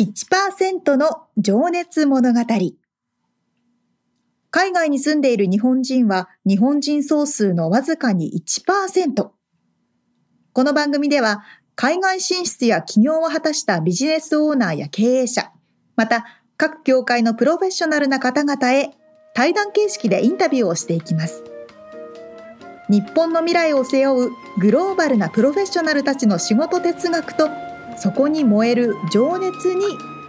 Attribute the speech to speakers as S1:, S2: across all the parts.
S1: 1%の情熱物語。海外に住んでいる日本人は日本人総数のわずかに1%。この番組では海外進出や起業を果たしたビジネスオーナーや経営者、また各業界のプロフェッショナルな方々へ対談形式でインタビューをしていきます。日本の未来を背負うグローバルなプロフェッショナルたちの仕事哲学とそこに燃える情熱に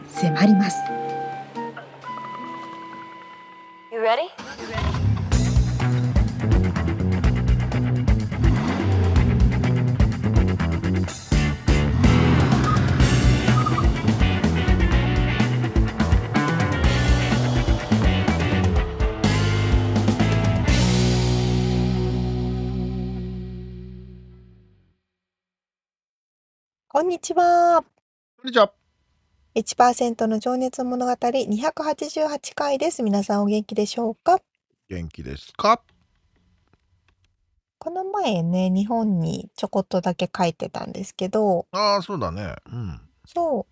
S1: 迫ります。
S2: You ready?
S3: こんにちは。
S4: こんにちは。
S3: 1%の情熱物語288回です。皆さんお元気でしょうか
S4: 元気ですか
S3: この前ね、日本にちょこっとだけ帰ってたんですけど、
S4: ああ、そうだね。うん。
S3: そ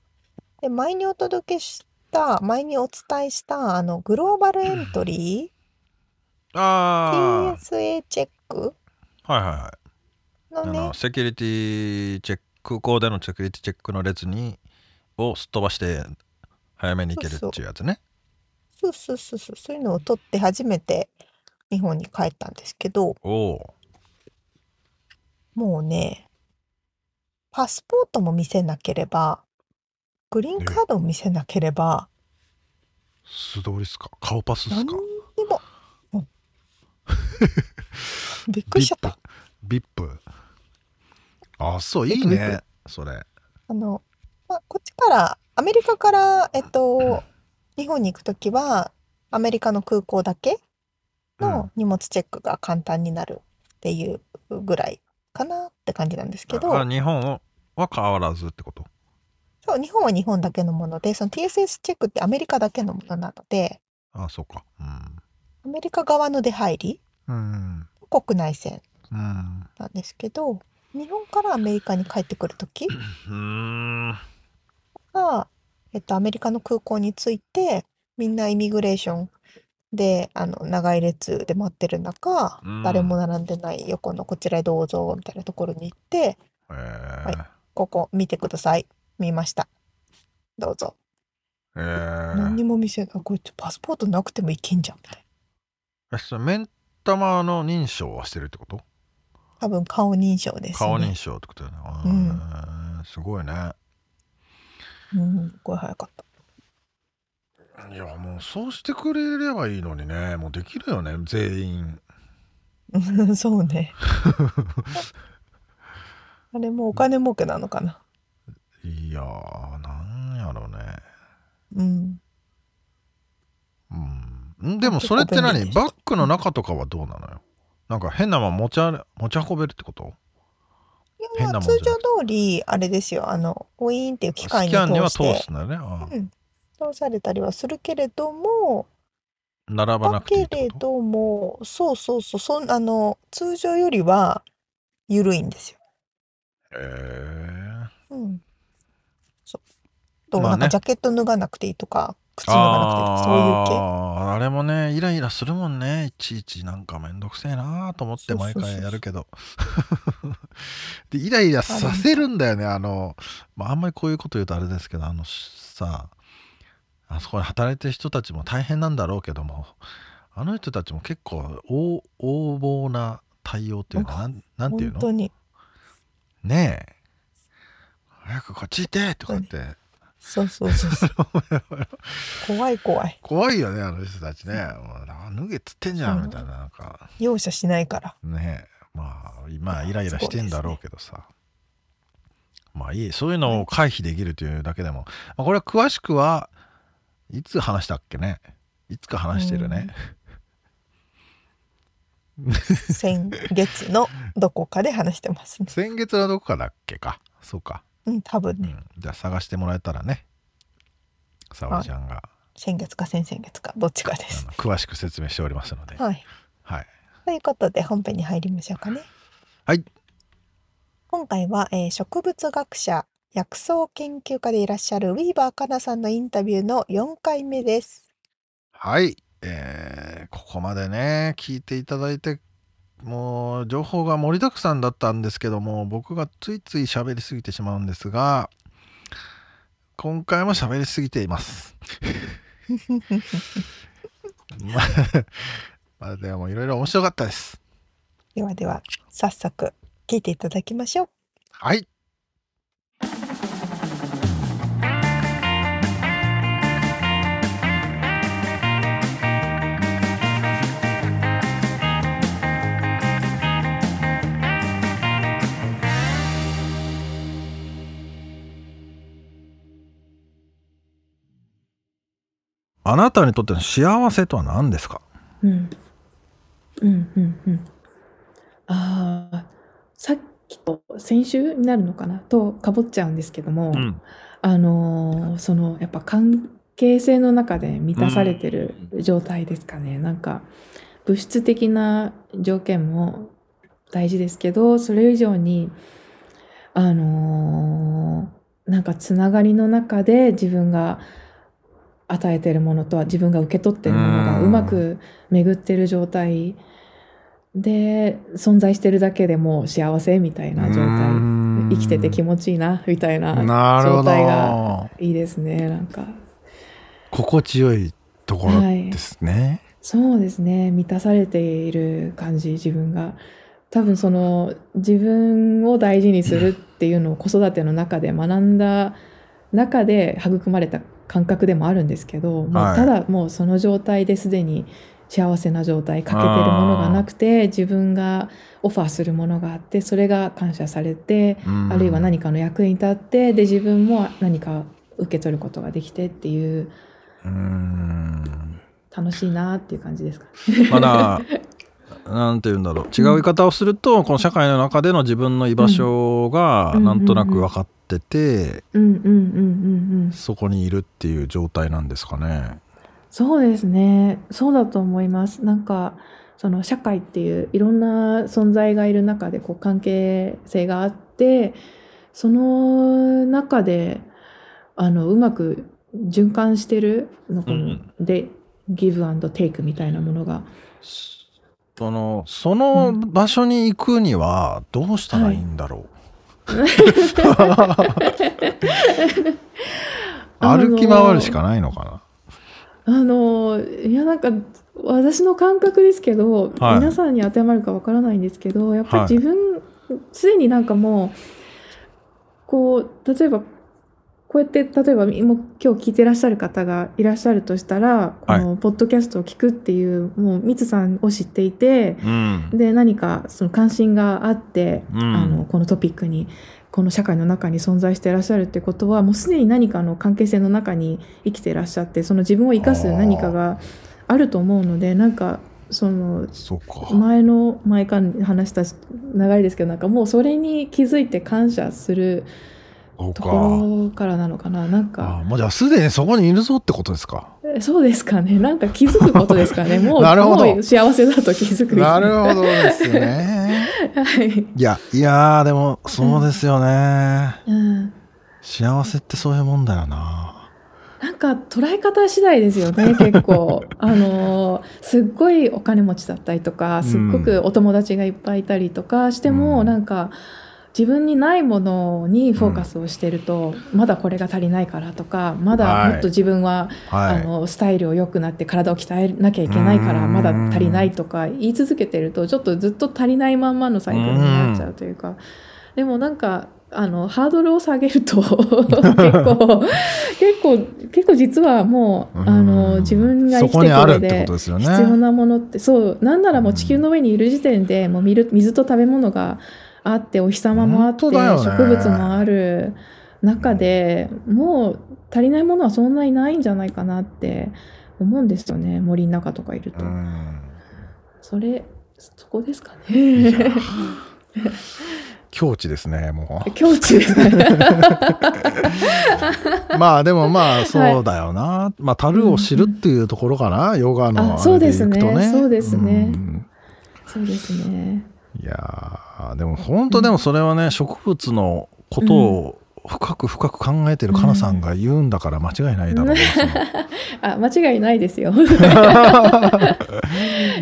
S3: う。で、前にお届けした、前にお伝えした、あの、グローバルエントリー、
S4: あ
S3: TSA チェック
S4: あ、はいはいはい。
S3: の
S4: あ
S3: ね
S4: の、、セキュリティチェック、高でのセキュリティチェックの列に、をすっ飛ばして、早めに行けるっていうやつね。
S3: そうそうそうそう、そういうのを取って初めて日本に帰ったんですけど、
S4: おお
S3: もうね、パスポートも見せなければ、グリーンカードも見せなければ、
S4: ー、素通りっすか顔パスっ
S3: 何
S4: す
S3: に
S4: か
S3: も、うん びっくりしちゃった。
S4: ビップ。ああ、そう、いい
S3: ビッ
S4: ね。それ。
S3: あの、まあ、こっちから、アメリカから、えっ と、日本に行くときは、アメリカの空港だけ
S4: うん
S3: の荷物チェックが簡単になるっていうぐらいかなって感じなんですけど、
S4: あ日本は変わらずってこと。
S3: そう、日本は日本だけのもので、その TSS チェックってアメリカだけのものなので、
S4: ああ、そうか。
S3: アメリカ側の出入り、
S4: うん。うん。
S3: 国内線
S4: うん。
S3: なんですけど、日本からアメリカに帰ってくるとき
S4: うーん。
S3: が、えっと、アメリカの空港に着いて、みんなイミグレーションで、あの、長い列で待ってる中
S4: うん、
S3: 誰も並んでない横のこちらへどうぞ、みたいなところに行って、
S4: えー
S3: ここ見てください。見ました。どうぞ。
S4: え
S3: 何
S4: ー
S3: にも見せない。これちょパスポートなくてもいけんじゃん、みたいな。
S4: えそれ目ん玉の認証はしてるってこと
S3: 多分顔認証です
S4: 顔認
S3: ね。
S4: 証ってことだよね。
S3: うん
S4: うーんすごいね。
S3: うん、これ早かった。
S4: いやもうそうしてくれればいいのにねもうできるよね全員。
S3: うん そうね。あれもお金儲けなのかな。
S4: いやーなんやろうね。
S3: うん。
S4: うんん。でもそれって何
S3: 結構便利でした
S4: バッグの中とかはどうなのよなんか変なもん持ちある持ち運べるってこと
S3: いや、
S4: 変
S3: ま
S4: なも
S3: あ
S4: んじゃ
S3: 通
S4: なくて
S3: 常通り、あれですよ。あの、ウィーンっていう機
S4: ス
S3: 械
S4: キャンには
S3: 通し
S4: 通
S3: て、
S4: すんだよね。あー
S3: うん、通されたりはするけれども、
S4: 並ばな
S3: だ
S4: くていい
S3: け
S4: っ
S3: れ
S4: てこと
S3: ども、そうそうそう、そん、あの、通常よりは緩いんですよ。
S4: えー
S3: うん。そう。と、
S4: ま
S3: な
S4: あ
S3: んか
S4: ね
S3: ジャケット脱がなくていいとか、靴脱がなくていいとか、そういう系。
S4: あーあれもねイライラするもんねいちいちなんかめんどくせえなと思って
S3: そうそう
S4: 毎
S3: そうそう
S4: 回やるけど でイライラさせるんだよねあの、まあ、あんまりこういうこと言うとあれですけどあのさあそこで働いてる人たちも大変なんだろうけどもあの人たちも結構横横暴な対応っていうのはなんなんていう
S3: 本当
S4: の
S3: に。
S4: ねえ早くこっち行ってとか言って
S3: そうそうそう そう。怖い怖い。
S4: 怖いよねあの人たちねもうな脱げっつってんじゃ
S3: うん
S4: んみたいななんか。
S3: 容赦しない から。
S4: ねまあ今イライラ
S3: そ
S4: し
S3: うで
S4: て
S3: すね
S4: んだろうけどさ、まあいいそういうのを回避できるというだけでも、まあ、これは詳しくはいつ話したっけねいつか話してるね、
S3: 先月のどこかで話してますね。
S4: 先月はどこかだっけかそうか、
S3: うん、多分
S4: う
S3: ね、
S4: ん、じゃあ探してもらえたらね沙織ちゃんが、
S3: 先月か先々月か、どっちかで
S4: あ
S3: す
S4: の。詳しく説明しておりますので
S3: はい。
S4: はい
S3: ということで、本編に入りましょうかね。
S4: はい
S3: 今回は、えー植物学者、薬草研究家でいらっしゃるウィーバーかなさんのインタビューの4回目です。
S4: はい、えーここまでね聞いていただいてもう情報が盛りだくさんだったんですけども僕がついつい喋りすぎてしまうんですが今回も喋りすぎています。まあ、まあでもいろいろ面白かったです。
S3: ではでは、早速聞いていただきましょう。
S4: はい。あなたにとっての幸せとは何ですか
S5: うん。うんうんうん。ああ、さっきと先週になるのかなとかぶっちゃうんですけども、
S4: ん。
S5: あのーそのやっぱ関係性の中で満たされてる状態ですかね。なんか物質的な条件も大事ですけど、それ以上にあのーなんかつながりの中で自分が与えてるものとは自分が受け取ってるものが
S4: うん
S5: うまく巡ってる状態で存在してるだけでもう幸せみたいな状態生きてて気持ちいいなみたいな
S4: なるほ
S5: 状態が
S4: ど。
S5: いいですねなんか
S4: 心地よいところ
S5: はい
S4: ですね。
S5: そうですね満たされている感じ自分が多分その自分を大事にするっていうのを子育ての中で学んだ中で育まれた感覚でもあるんですけど、もう
S4: はい
S5: ただもうその状態ですでに幸せな状態欠けてるものがなくて自分がオファーするものがあってそれが感謝されて
S4: うん
S5: あるいは何かの役に立ってで自分も何か受け取ることができてっていう
S4: うーん
S5: 楽しいなっていう感じですか。
S4: まだ なんて言うんだろう違う言い方をすると、この社会の中での自分の居場所が
S5: うん
S4: なんとなく分かってて、
S5: うんうんうんうんうん。
S4: そこにいるっていう状態なんですかね。
S5: そうですね。そうだと思います。なんかその社会っていういろんな存在がいる中でこう関係性があって、その中であのうまく循環してるのか
S4: うん
S5: もで、ギブアンドテイクみたいなものが。
S4: そのその場所に行くにはどうしたらいいんだろう、
S5: あ の
S4: 歩き回るしかないのかな
S5: あのいやなんか私の感覚ですけど、
S4: はい
S5: 皆さんに当てはまるかわからないんですけどやっぱ
S4: はい
S5: り自分すで、になんかもうこう例えばこうやって例えばもう今日聞いてらっしゃる方がいらっしゃるとしたらこ
S4: はい
S5: のポッドキャストを聞くっていう、もうミツさんを知っていて
S4: うん
S5: で何かその関心があって、
S4: うん
S5: あのこのトピックにこの社会の中に存在していらっしゃるってことはもうすでに何かの関係性の中に生きていらっしゃってその自分を生かす何かがあると思うのでなんかその
S4: そうか、
S5: 前の前から話した流れですけどなんかもうそれに気づいて感謝する
S4: そう
S5: と
S4: か
S5: ころからなのかななん
S4: あ
S5: か
S4: もうじゃあすでにそこにいるぞってことです か
S5: えそうですかねなんか気づくことですか ねもう
S4: なるほど
S5: もう幸せだと気づく
S4: なるほどです ね。
S5: ど、はい
S4: いや、いやーでも、そうですよね。
S5: うん
S4: 幸せってそういうもんだよな。
S5: なんか捉え方次第ですよ ね結構あのーすっごいお金持ちだったりとかすっごくお友達がいっぱいいたりとかしても、
S4: うん
S5: なんか自分にないものにフォーカスをしてると、まだこれが足りないからとかま
S4: は
S5: だ
S4: い
S5: もっと自分は、
S4: は
S5: あ
S4: い。
S5: のスタイルを良くなって体を鍛えなきゃいけないから
S4: うん
S5: まだ足りないとか言い続けてるとちょっとずっと足りないまんまのサイクルになっちゃうというかでもなんかあのハードルを下げる と結構結構結構実はもう
S4: うん
S5: あの自分が
S4: そ
S5: 生き
S4: こ
S5: て
S4: に
S5: い
S4: あ
S5: く
S4: る
S5: 上
S4: ってこ
S5: で
S4: とですよね。
S5: 必要なものってそうなんならもう地球の上にいる時点でもう水水と食べ物があってお日様もあって
S4: 本当だよね
S5: 植物もある中でもう足りないものはそんなにないんじゃないかなって思うんですよね森の中とかいると、
S4: うん
S5: それそこですか
S4: いや
S5: ね
S4: 境地ですね、も
S5: 境地ですね
S4: う。まあでもまあ、そうだよな。まあ、樽を知るっていうところかな、ヨガの
S5: あ
S4: あれでいくとね。
S5: そうですねそうですね
S4: ん
S5: そうですね
S4: いやーでも本当でもそれはね、植物のことを深く深く考えてるかなさんが言うんだから間違いないだろうな、
S5: あ間違いない ですよ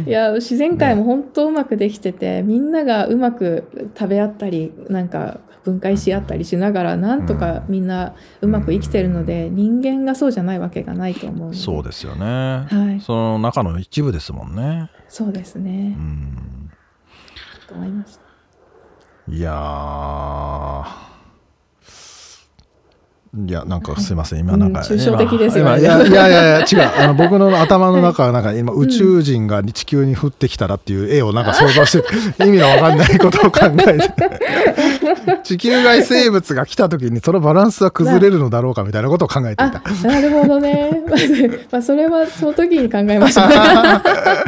S5: いや自然界も本当うまくできてて、みんながうまく食べ合ったりなんか分解し合ったりしながらなんとかみんなうまく生きてるので、人間がそうじゃないわけがないと思うので
S4: そうですよね、
S5: はい
S4: その中の一部ですもんね
S5: そうです
S4: う
S5: ね、
S4: ん
S5: と思いました
S4: いやーいやなんかすいません、今なんか、
S5: うん抽象的ですよ
S4: 今
S5: ね
S4: いやいやいやいや違うあの僕の頭の中はなんか今、宇宙人が地球に降ってきたらっていう絵をなんか想像して 意味のわかんないことを考えて地球外生物が来た時にそのバランスは崩れるのだろうかみたいなことを考えてい
S5: あ
S4: た。
S5: なるほどね まずまあそれはその時に考えました、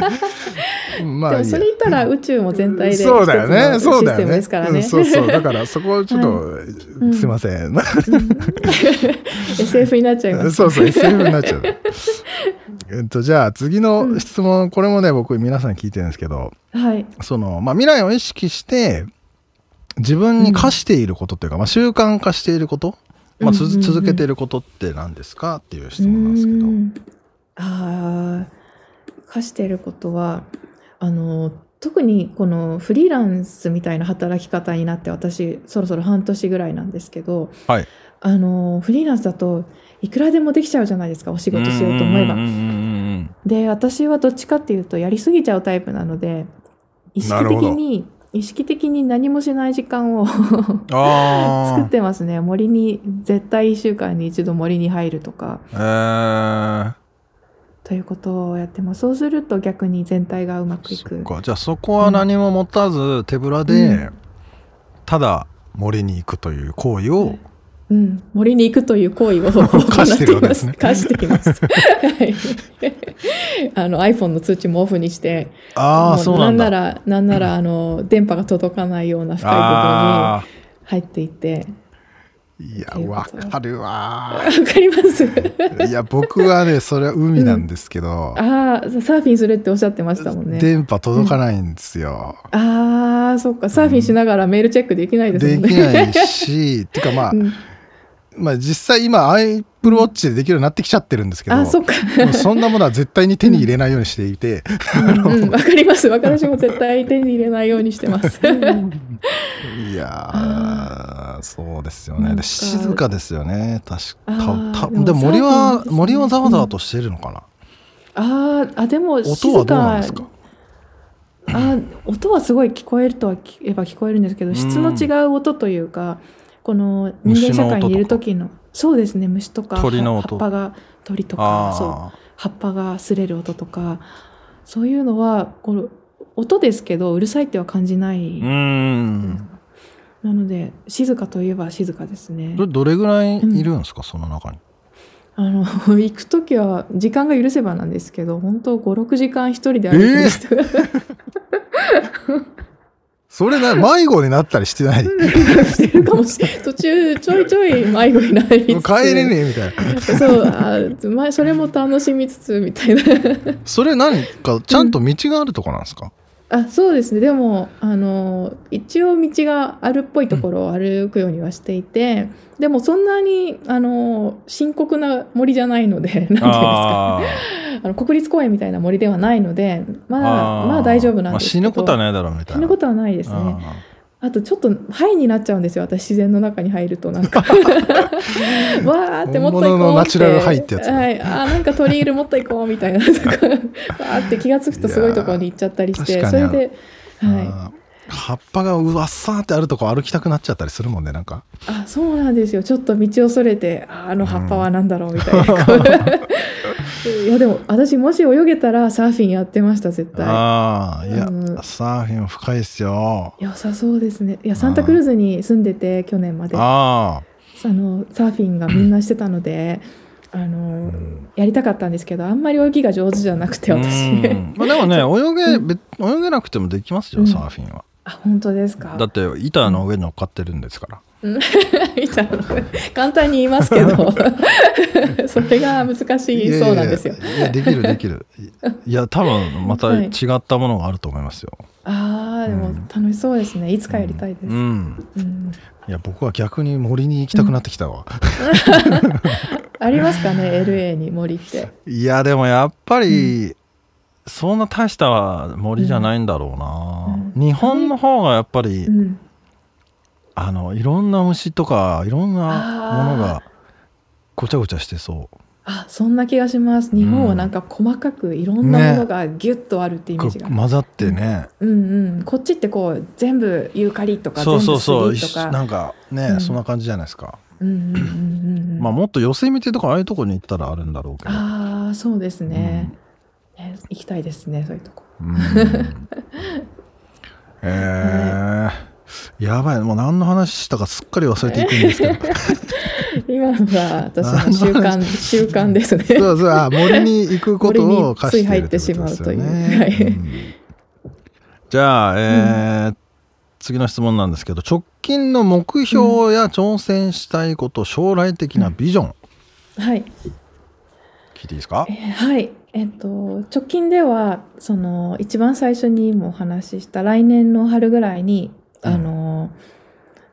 S4: まあい
S5: でも
S4: い
S5: そ
S4: や
S5: れ言ったら宇宙も全体で一つ
S4: そうだよね、
S5: の
S4: そう
S5: シ
S4: だ
S5: ステ
S4: よ
S5: ム
S4: ね。
S5: ですからね
S4: うんそうそう、だからそこはちょっと、
S5: うん
S4: すいません。
S5: SF になっちゃいます
S4: そうそう、SF になっ ちゃう。えっと、じゃあ次の質問、これもね、僕皆さんに聞いてるんですけど、
S5: はい
S4: その、まあ未来を意識して、自分に課していることっていうか、まあ習慣化していること、まあつづ、
S5: うんうんうん
S4: 続けていることって何ですかっていう質問なんですけど。
S5: うんああ課してることはあの特にこのフリーランスみたいな働き方になって私そろそろ半年ぐらいなんですけど、
S4: はい
S5: あのフリーランスだといくらでもできちゃうじゃないですかお仕事しようと思えば。
S4: うんうんうん
S5: で私はどっちかっていうとやりすぎちゃうタイプなので意
S4: な
S5: 識
S4: る
S5: 的
S4: ほど
S5: に意識的に何もしない時間を
S4: うんあ
S5: 作っ
S4: ー
S5: てますね森に絶対1週間に一度森に入るとか
S4: えー
S5: ということをやってますそうすると逆に全体がうまくいく
S4: そっかじゃあそこは何も持たず手ぶらで、
S5: うん
S4: ただ森に行くという行為を、
S5: うん、森に行くという 行為を
S4: 課してるわけですね
S5: 課しています。 はいあの iPhone の通知もオフにして、
S4: ああ
S5: も
S4: そうなんだ
S5: なんなら、なんなら、あの、電波が届かないような深い部分に
S4: あ
S5: 入っていて、
S4: ーいや
S5: っていう
S4: わ
S5: こと
S4: かる
S5: わ
S4: わ
S5: かります
S4: いや僕はねそれは海なんですけど、
S5: ああ、サーフィンするっておっしゃってましたもんね。
S4: 電波届かないんですよ、
S5: ああ、そっか、サーフィンしながらメールチェックできないです
S4: で
S5: もんね。
S4: きないしてかまあ、
S5: うん
S4: まあ実際今 AppleWatch でできるようになってきちゃってるんですけど、
S5: あー、そっか。
S4: もうそんなものは絶対に手に入れないようにしていて、
S5: うんうんわかります。私も絶対手に入れないようにしてます。
S4: いやーそうですよね。
S5: なん
S4: で
S5: か
S4: 静かですよね。確
S5: あー
S4: かた
S5: でも
S4: で森
S5: サー
S4: は
S5: フィンですね
S4: 森はざわざわとしてるのかな。
S5: あーあ、でも静
S4: 音はどうなんですか。
S5: あ音はすごい聞こえるとは聞けば聞こえるんですけど
S4: ん
S5: 質の違う音というかこの人間社会にいる時のそうですね虫とか
S4: 鳥の
S5: は
S4: 音
S5: 葉っぱが鳥とかそう
S4: あ
S5: 葉っぱが擦れる音とかそういうのはこの音ですけどうるさいっては感じない、
S4: ー。うーん。
S5: なので静かといえば静かですね
S4: どどれぐらいいるんですか、その中に。
S5: あの 行く時は時間が許せばなんですけど本当56時間一人で歩いてました、
S4: それな迷子になったりして ない。
S5: してるかもしれない途中ちょいちょい迷子になり
S4: もう
S5: つつ
S4: 帰れねえみたいな。
S5: そうあまあそれも楽しみつつみたいな
S4: それ何かちゃんと道があるとこなんですか。
S5: あそうですねでもあの一応道があるっぽいところを歩くようにはしていて、でもそんなにあの深刻な森じゃないので なんていうんですか
S4: あ
S5: あの国立公園みたいな森ではないのでまあまあ大丈夫なんですけど、
S4: ないだろうみ
S5: 死ぬことはないですねあとちょっとハイになっちゃうんですよ私自然の中に入るとなん か わーってもっと行こうって
S4: 本物のナチュラルハイってやつ
S5: はい、あーなんか鳥いるもっと行こう みたいなとかわーって気がつくとすごいところに行っちゃったりし
S4: い
S5: て
S4: やー
S5: それではい
S4: あー葉っぱがうわっさーってあるとこ歩きたくなっちゃったりするもんねなんか。
S5: あそうなんですよちょっと道をそれてあーあの葉っぱは何だろうみたいな、こう いやでも私もし泳げたらサーフィンやってました絶対
S4: ああ、いや、
S5: うん
S4: サーフィン深いっすよ。
S5: 良さそうですねいやサンタクルーズに住んでて去年まで
S4: あ
S5: あのサーフィンがみんなしてたのであの、やりたかったんですけどあんまり泳ぎが上手じゃなくて
S4: あ。
S5: 私
S4: うんまあでもね、泳げ、べ泳げなくてもできますよ、
S5: うん
S4: サーフィンは。
S5: あ本当ですか
S4: だ って、板の上に乗っかってるんですから。
S5: みたいな簡単に言いますけどそうそれが難しいそうなんですよ
S4: い。やいやいやできるできる。いや多分また
S5: はい
S4: 違ったものがあると思いますよ。
S5: ああ、でも楽しそうですね。いつかやりたいです。
S4: うん。
S5: うん
S4: いや僕は逆に森に行きたくなってきたわ。
S5: ありますかね、LA に森って。
S4: いやでもやっぱり、そんな大した森じゃないんだろうな、
S5: うん
S4: 日本の方がやっぱり、
S5: うん、
S4: あのいろんな虫とかいろんなもの
S5: あ
S4: がごちゃごちゃしてそう
S5: あ、そんな気がします。日本はなんか細かくいろんなものがギュッとあるってイメー
S4: こ
S5: ジが。
S4: う混ざってね、
S5: うんうん。こっちってこう全部ユーカリとか
S4: そ
S5: 全
S4: う
S5: 部ス
S4: そうそう
S5: リと
S4: 一緒
S5: か。
S4: なんかね、
S5: うん
S4: そんな感じじゃないですか、
S5: うんうんうんうんうん。
S4: まあもっと寄せ見てとかああいうとこに行ったらあるんだろうけど、
S5: ああ、そうですね、ね行きたいですね、そういうとこ。
S4: うんえーやばいもう何の話したかすっかり忘れていくんです けど
S5: 今のが私の習 慣、習慣ですね。
S4: そうそう、あ森に行くことを課しているということですよ
S5: 森につい入
S4: ね
S5: ってしまうというはい
S4: んじゃあ、えー次の質問なんですけど、直近の目標や挑戦したいこと、将来的なビジョン、
S5: はい。
S4: 聞いていいですか
S5: え？ーはい。えっと、直近では、その、一番最初にもお話しした来年の春ぐらいに、
S4: うん
S5: あの、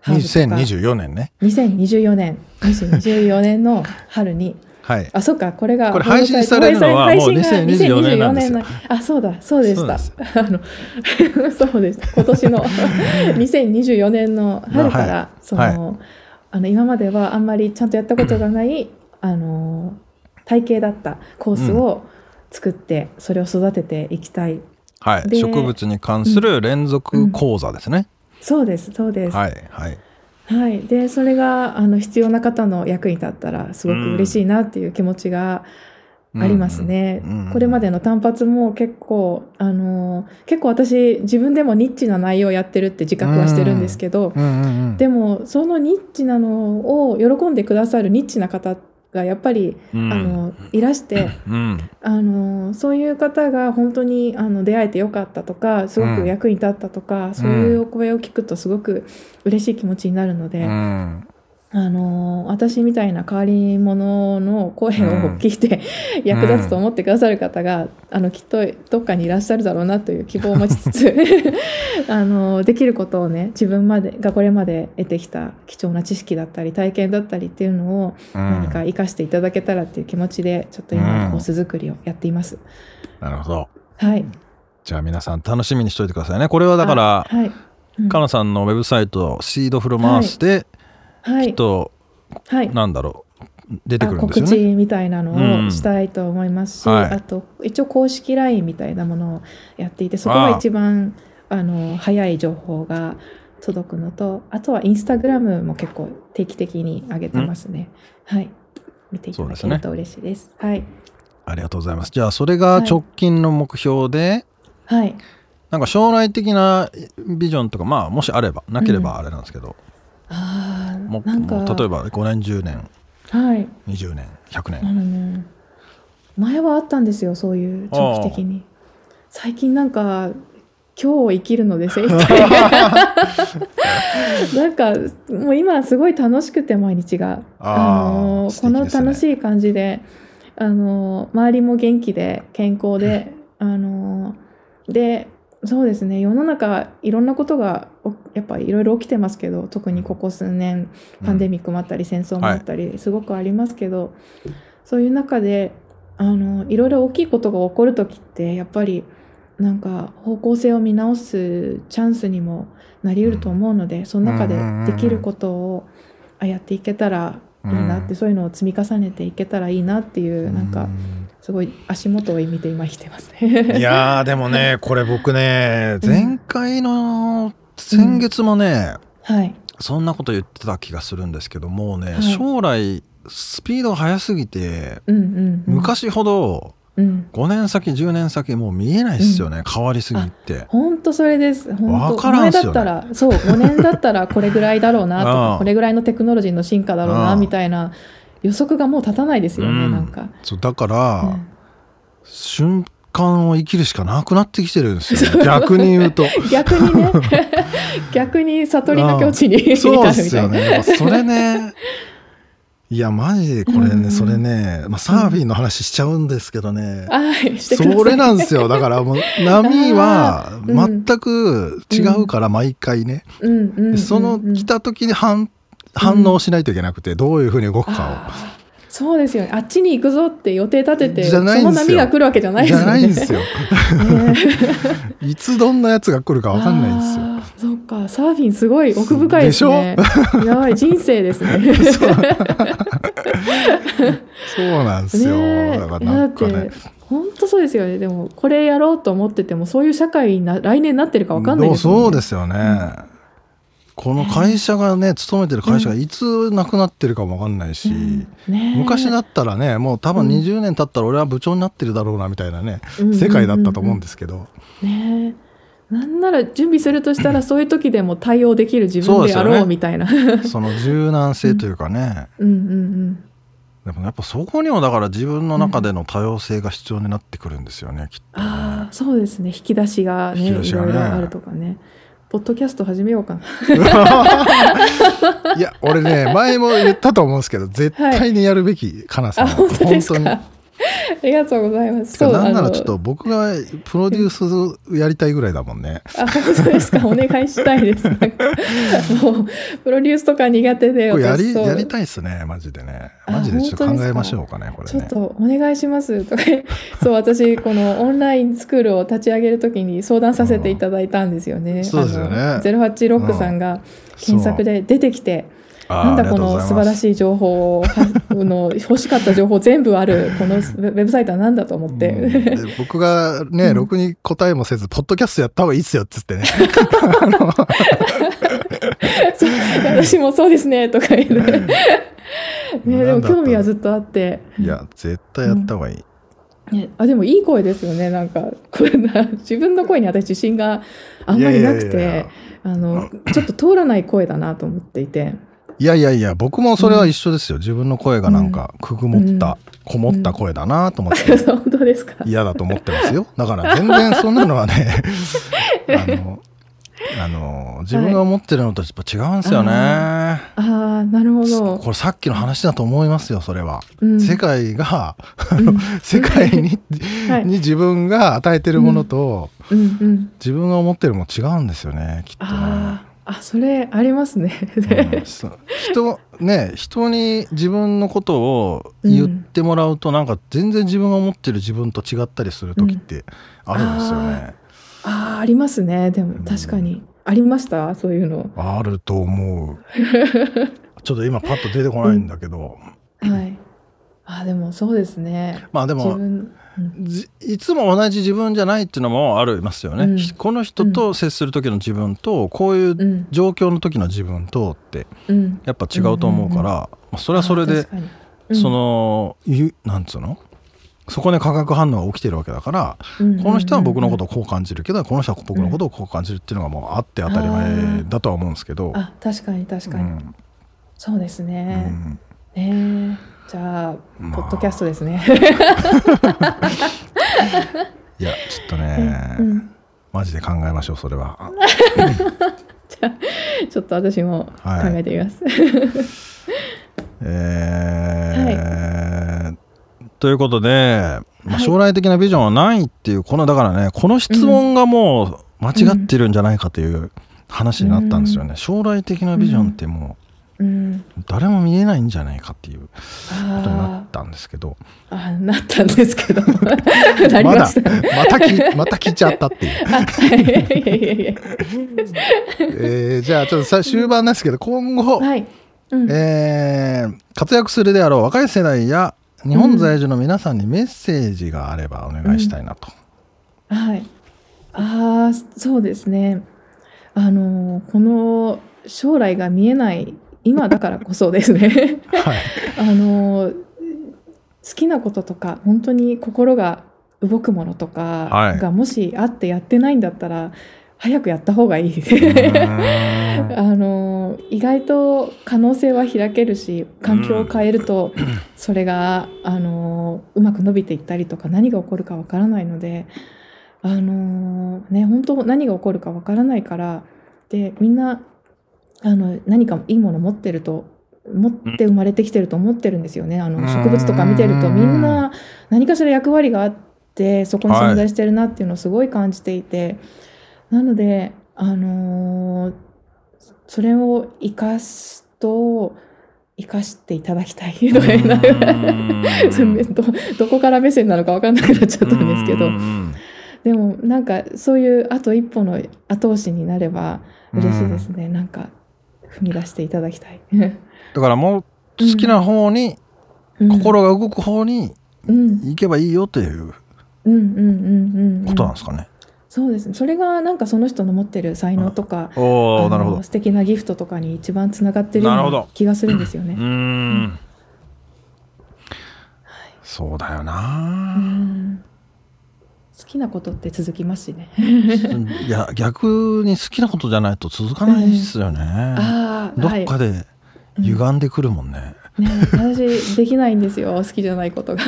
S5: ハーブとか
S4: 2024年ね。
S5: 2024年、2024年の春に、
S4: はい。
S5: あ、そうか、これが、
S4: これ配信されるのは
S5: 放送
S4: もう
S5: 配信が
S4: 2024年なんですよ
S5: 2024年のあ、そうだ、そうでした。
S4: そう
S5: あの、そうです。今年 の2024年の春から、
S4: は
S5: その、あの、今まではあんまりちゃんとやったこと がない、あの、体系だったコースを作って、それを育てていきたい。
S4: はい。
S5: で
S4: 植物に関する連続講座ですね。
S5: そうです、そうです。は
S4: はいはい。
S5: い。で、それが、あの、必要な方の役に立ったら、すごく嬉しいなっていう気持ちが、ありますね、
S4: うんうん
S5: これまでの単発も結構、あのー結構私自分でもニッチな内容をやってるって自覚はしてるんですけど、
S4: うんうんうん。
S5: でもそのニッチなのを喜んでくださるニッチな方がやっぱり、
S4: うん
S5: あのいらして、
S4: うん
S5: あのそういう方が本当にあの出会えてよかったとかすご
S4: うん
S5: く役に立ったとか、そういうお声を聞くとすごく嬉しい気持ちになるので、
S4: うん
S5: あの私みたいな変わり者の声を
S4: うん
S5: 聞いて、役立つと思ってくださる方が、あのきっとどっかにいらっしゃるだろうなという希望を持ちつつ あのできることをね自分までがこれまで得てきた貴重な知識だったり体験だったりっていうのを
S4: うん
S5: 何か生かしていただけたらっていう気持ちでちょっと今
S4: うん
S5: コース作りをやっています。
S4: なるほど。
S5: はい、
S4: じゃあ皆さん楽しみにしておいてくださいね。これはだから
S5: あはいうん
S4: かなさんのウェブサイトシードフルマースで、
S5: は
S4: きっ
S5: い
S4: と
S5: はい
S4: なんだろう出て
S5: あ
S4: くるんです
S5: 告
S4: よ
S5: 知
S4: ね。
S5: みたいな
S4: う
S5: の
S4: ん
S5: をしたいと思いますし、
S4: はい
S5: あと一応公式 LINE みたいなものをやっていてそこが一番あの早い情報が届くのとあとはインスタグラムも結構定期的に上げてますね、はい見ていただけると嬉しいですはい
S4: ありがとうございます。じゃあそれが直近の目標で、
S5: はい
S4: なんか将来的なビジョンとかまあもしあればなければあれなんですけど、
S5: あ
S4: も
S5: あなんか
S4: もう例えば5年10年
S5: はい
S4: 20年100
S5: あ
S4: 年。
S5: のね前はあったんですよそういう長期的に最近なんか今日を生きるので精 一杯なんかもう今すごい楽しくて毎日が
S4: あー
S5: の
S4: 素
S5: こ
S4: 敵
S5: の
S4: ですね
S5: 楽しい感じであの周りも元気で健康であのでそうですね世の中いろんなことがおやっぱいろいろ起きてますけど特にここ数年パンデミックもあったり戦争もあったりすごくありますけど、そういう中であのいろいろ大きいことが起こる時ってやっぱりなんか方向性を見直すチャンスにもなりうると思うので、その中でできることをあやっていけたらいいなって、
S4: うん
S5: そういうのを積み重ねていけたらいいなっていう、な
S4: う
S5: んか
S4: ん
S5: すごい足元を見て今生きてますね。
S4: いやーでもねこれ僕ね前回の先月もね、
S5: はい、
S4: そんなこと言ってた気がするんですけどもうね、
S5: はい
S4: 将来スピードが速すぎて
S5: うんうんうん、
S4: 昔ほど
S5: うん
S4: 5年先10年先もう見えないですよね、変わりすぎて。
S5: 本当それです。本
S4: わ
S5: 当
S4: からんっ
S5: 前
S4: す
S5: だ
S4: よね
S5: ったら、そう、5年だったらこれぐらいだろうなと
S4: う
S5: か
S4: ん、
S5: これぐらいのテクノロジーの進化だろうな、
S4: うん
S5: みたいな予測がもう立たないですよね、
S4: うん
S5: なんか。
S4: そうだから、
S5: うん
S4: 瞬間を生きるしかなくなってきてるんですよね逆に言う と
S5: 逆にね、逆に悟りの境地に至る
S4: そう
S5: み
S4: で
S5: たい
S4: すよ
S5: な。
S4: ねなんかそれねいや、マジでこれ
S5: うん
S4: ね、それね、まあ、サーフィンの話しちゃうんですけどね。
S5: あはい、してください。
S4: それなんですよ。だからもう、波は
S5: ーう
S4: 全
S5: ん
S4: く違うから、毎回ね。
S5: うんうんうんうん
S4: でその来た時に反反応しないといけなくて、どういうふうに動くか
S5: あーそうですよね。あっちに行くぞって予定立てて、
S4: じゃ
S5: そ
S4: ないんですよ
S5: の波が来るわけじゃない
S4: を。
S5: です
S4: じ
S5: よ
S4: ゃ
S5: ね。
S4: ないん ですよ。
S5: ね
S4: いつどんなやつが来るかわかんないんですよ。
S5: あーそっか、サーフィンすごい奥深いですね。やばい、人生で すね。
S4: そうなんですよ。
S5: ねえ
S4: だからなんか
S5: いやだ
S4: ね
S5: って。本当そうですよねでもこれやろうと思っててもそういう社会にな来年なってるかわかんないです
S4: そう
S5: も
S4: そ
S5: ん
S4: う
S5: ね
S4: ですよね。この会社がね、勤めてる会社がいつなくなってるかもわかんないし、
S5: うんねえ
S4: 昔だったらね、もう多分
S5: うん
S4: 20年経ったら俺は部長になってるだろうなみたいなね、世界だったと思うん
S5: す、
S4: ですけど、
S5: ねえなんなら準備するとしたらそういう時でも対応できる自
S4: そう
S5: 分
S4: で
S5: です
S4: よ
S5: や
S4: ね
S5: ろうみたいな う,、
S4: その柔軟性というかね、
S5: んうん
S4: でもやっぱそこにもだから自分の中での多様性が必要になってくるんですよね、きっ
S5: うん
S4: とね、
S5: ああそうですね引き出しがね
S4: 引き出し
S5: い
S4: がね
S5: ろいろあるとかねポッドキャスト始めようかな
S4: いや、俺ね、 前も言ったと思うんですけど、絶対にやるべき、かなさん
S5: あ
S4: は。
S5: 本当ですか
S4: 本
S5: ありがとうございます
S4: 当に。てかなんな
S5: あ
S4: ら
S5: の
S4: ちょっと僕がプロデュースやりたいぐらいだもんね。
S5: あ、本当ですか。 お願いしたい です。なんかもうプロデュースとか苦手で
S4: これや
S5: 私
S4: り、
S5: そう
S4: やりたいっすね、マジでね。
S5: あ
S4: マジでちょっと
S5: 本当で
S4: 考
S5: すか
S4: えましょうかね、これ
S5: ちょ
S4: ね
S5: っ。とお願いしますとかそう私このオンラインスクールを立ち上げるときに相談させていただいたんですよね。
S4: んそうですよね
S5: ゼロ八ロックさんが検索で出てきて、なんだこの素晴ら
S4: い。
S5: しい情報をはあの欲しかった情報全部 あるこのウェウェブサイトは何だと思って、
S4: うんで僕がね、ろくに答えもせず、ポッドキャストやった方がいいっすよっつっ てね。
S5: そう私もそうですねとか言って、 ね、でも興味はずっとあって。
S4: いや、絶対やった方がいい。
S5: ね、あでもいい声ですよねなんかこれな自分の声に私自信があんまりな
S4: い
S5: く
S4: やいやいやい
S5: てあのちょっと通らない声だなと思っていて
S4: いやいやいや、僕もそれは一緒ですよ。自分の声がなんか、くぐもった、こもった声だなと思って。
S5: 本当ですか
S4: 嫌だと思ってますよ。だから全然そんなのはね、 あの、あの、自分が思ってるのとやっぱ違うんですよね。
S5: ああなるほど
S4: これさっきの話だと思いますよ、それは。
S5: うん
S4: 世界が、 あの世界に、
S5: はい
S4: に自分が与えてるものと、
S5: うんうん
S4: 自分が思ってるもの違うんですよね、きっとね。
S5: あーあそれありますね、
S4: うんそう人ね人に自分のことを言ってもらうと、なんか全然自分が思ってる自分と違ったりする時ってあるんですよね。
S5: ああありますねでも確かに、ありましたそういうの
S4: あると思う。 ちょっと今パッと出てこないんだけど、
S5: はいあーでもそうですね
S4: まあで
S5: 自
S4: も
S5: 分うん
S4: じいつも同じ自分じゃないっていうのもありますよね。
S5: うん
S4: ひこの人と接する時の自分と、こういう
S5: うん
S4: 状況の時の自分とって
S5: うん
S4: やっぱ違うと思うから、
S5: うんうんうん
S4: まあ、それはそれ
S5: あー
S4: で
S5: 確、かにうん
S4: そのゆなんつうのそこで化学反応が起きてるわけだから、
S5: うんうんうんうん
S4: この人は僕のことをこう感じるけどこの人は僕のことをこう感じるっていうのがもうあって当たり前だとは思うんですけど。
S5: あ確かに確かに、
S4: うん
S5: そうです
S4: う
S5: ね、
S4: ん
S5: ねえじゃあ、
S4: まあ
S5: ポッドキャストですね。
S4: いやちょっとね、
S5: うん
S4: マジで考えましょうそれは。
S5: ちょっと私も考えてみます。
S4: えーということで、まあ、将来的なビジョンはないっていうこのだからねこの質問がもう間違ってるんじゃないかという話になったんですよね、将来的なビジョンっても
S5: うん、
S4: う誰も見えないんじゃないかっていうことにな
S5: あ
S4: ったんですけど
S5: ーあー、なったんで すけど。なりました。
S4: だまた聞 また聞いちゃったっていう、
S5: はいいやいやいやいや
S4: えーじゃあちょっとさ終盤なんですけど今後、
S5: はい。うん
S4: えー活躍するであろう若い世代や日本在住の皆さんにメッセージがあればお願いしたいなと。
S5: はい。ああ、そうですね。あのーこの将来が見えない今だからこそですね。
S4: はい
S5: あの好きなこととか本当に心が動くものと
S4: は
S5: か
S4: い
S5: がもしあってやってないんだったら早くやった方がいいあの意外と可能性は開けるし環境を変えるとそれがあのうまく伸びていったりとか何が起こるかわからないのであのね本当何が起こるかわからないからでみんなあの何かいいもの持ってると持って生まれてきてると思ってるんですよね。あ
S4: うん
S5: の植物とか見てるとみんな何かしら役割があってそこに存在してるなっていうのをすごい感じていて、なのであのーそれを生かすと生かしていただきたいとか言いながら どどこから目線なのか分かんなくなっちゃったんですけど
S4: うんうん
S5: でもなんかそういうあと一歩の後押しになれば嬉しいですね、なんか踏み出していただきたい
S4: だからもう好きな方に、
S5: うん
S4: 心が動く方に
S5: うん
S4: 行けばいいよという
S5: うんうんうんうんうん
S4: ことなんですかね。
S5: そうですねそれがなんかその人の持ってる才能とか、
S4: お
S5: あ
S4: おなるほど
S5: の。素敵なギフトとかに一番つながってるよう
S4: なるほ
S5: な
S4: ど
S5: 気がするんですよね
S4: う。ん。そうだよ
S5: う
S4: な。
S5: ん好きなことって続きますしね。
S4: いや逆に好きなことじゃないと続かないですよね。
S5: ああ、
S4: ど
S5: は
S4: っ
S5: い。
S4: かで歪んでくるもんね。
S5: ね、私できないんですよ 好きじゃないことが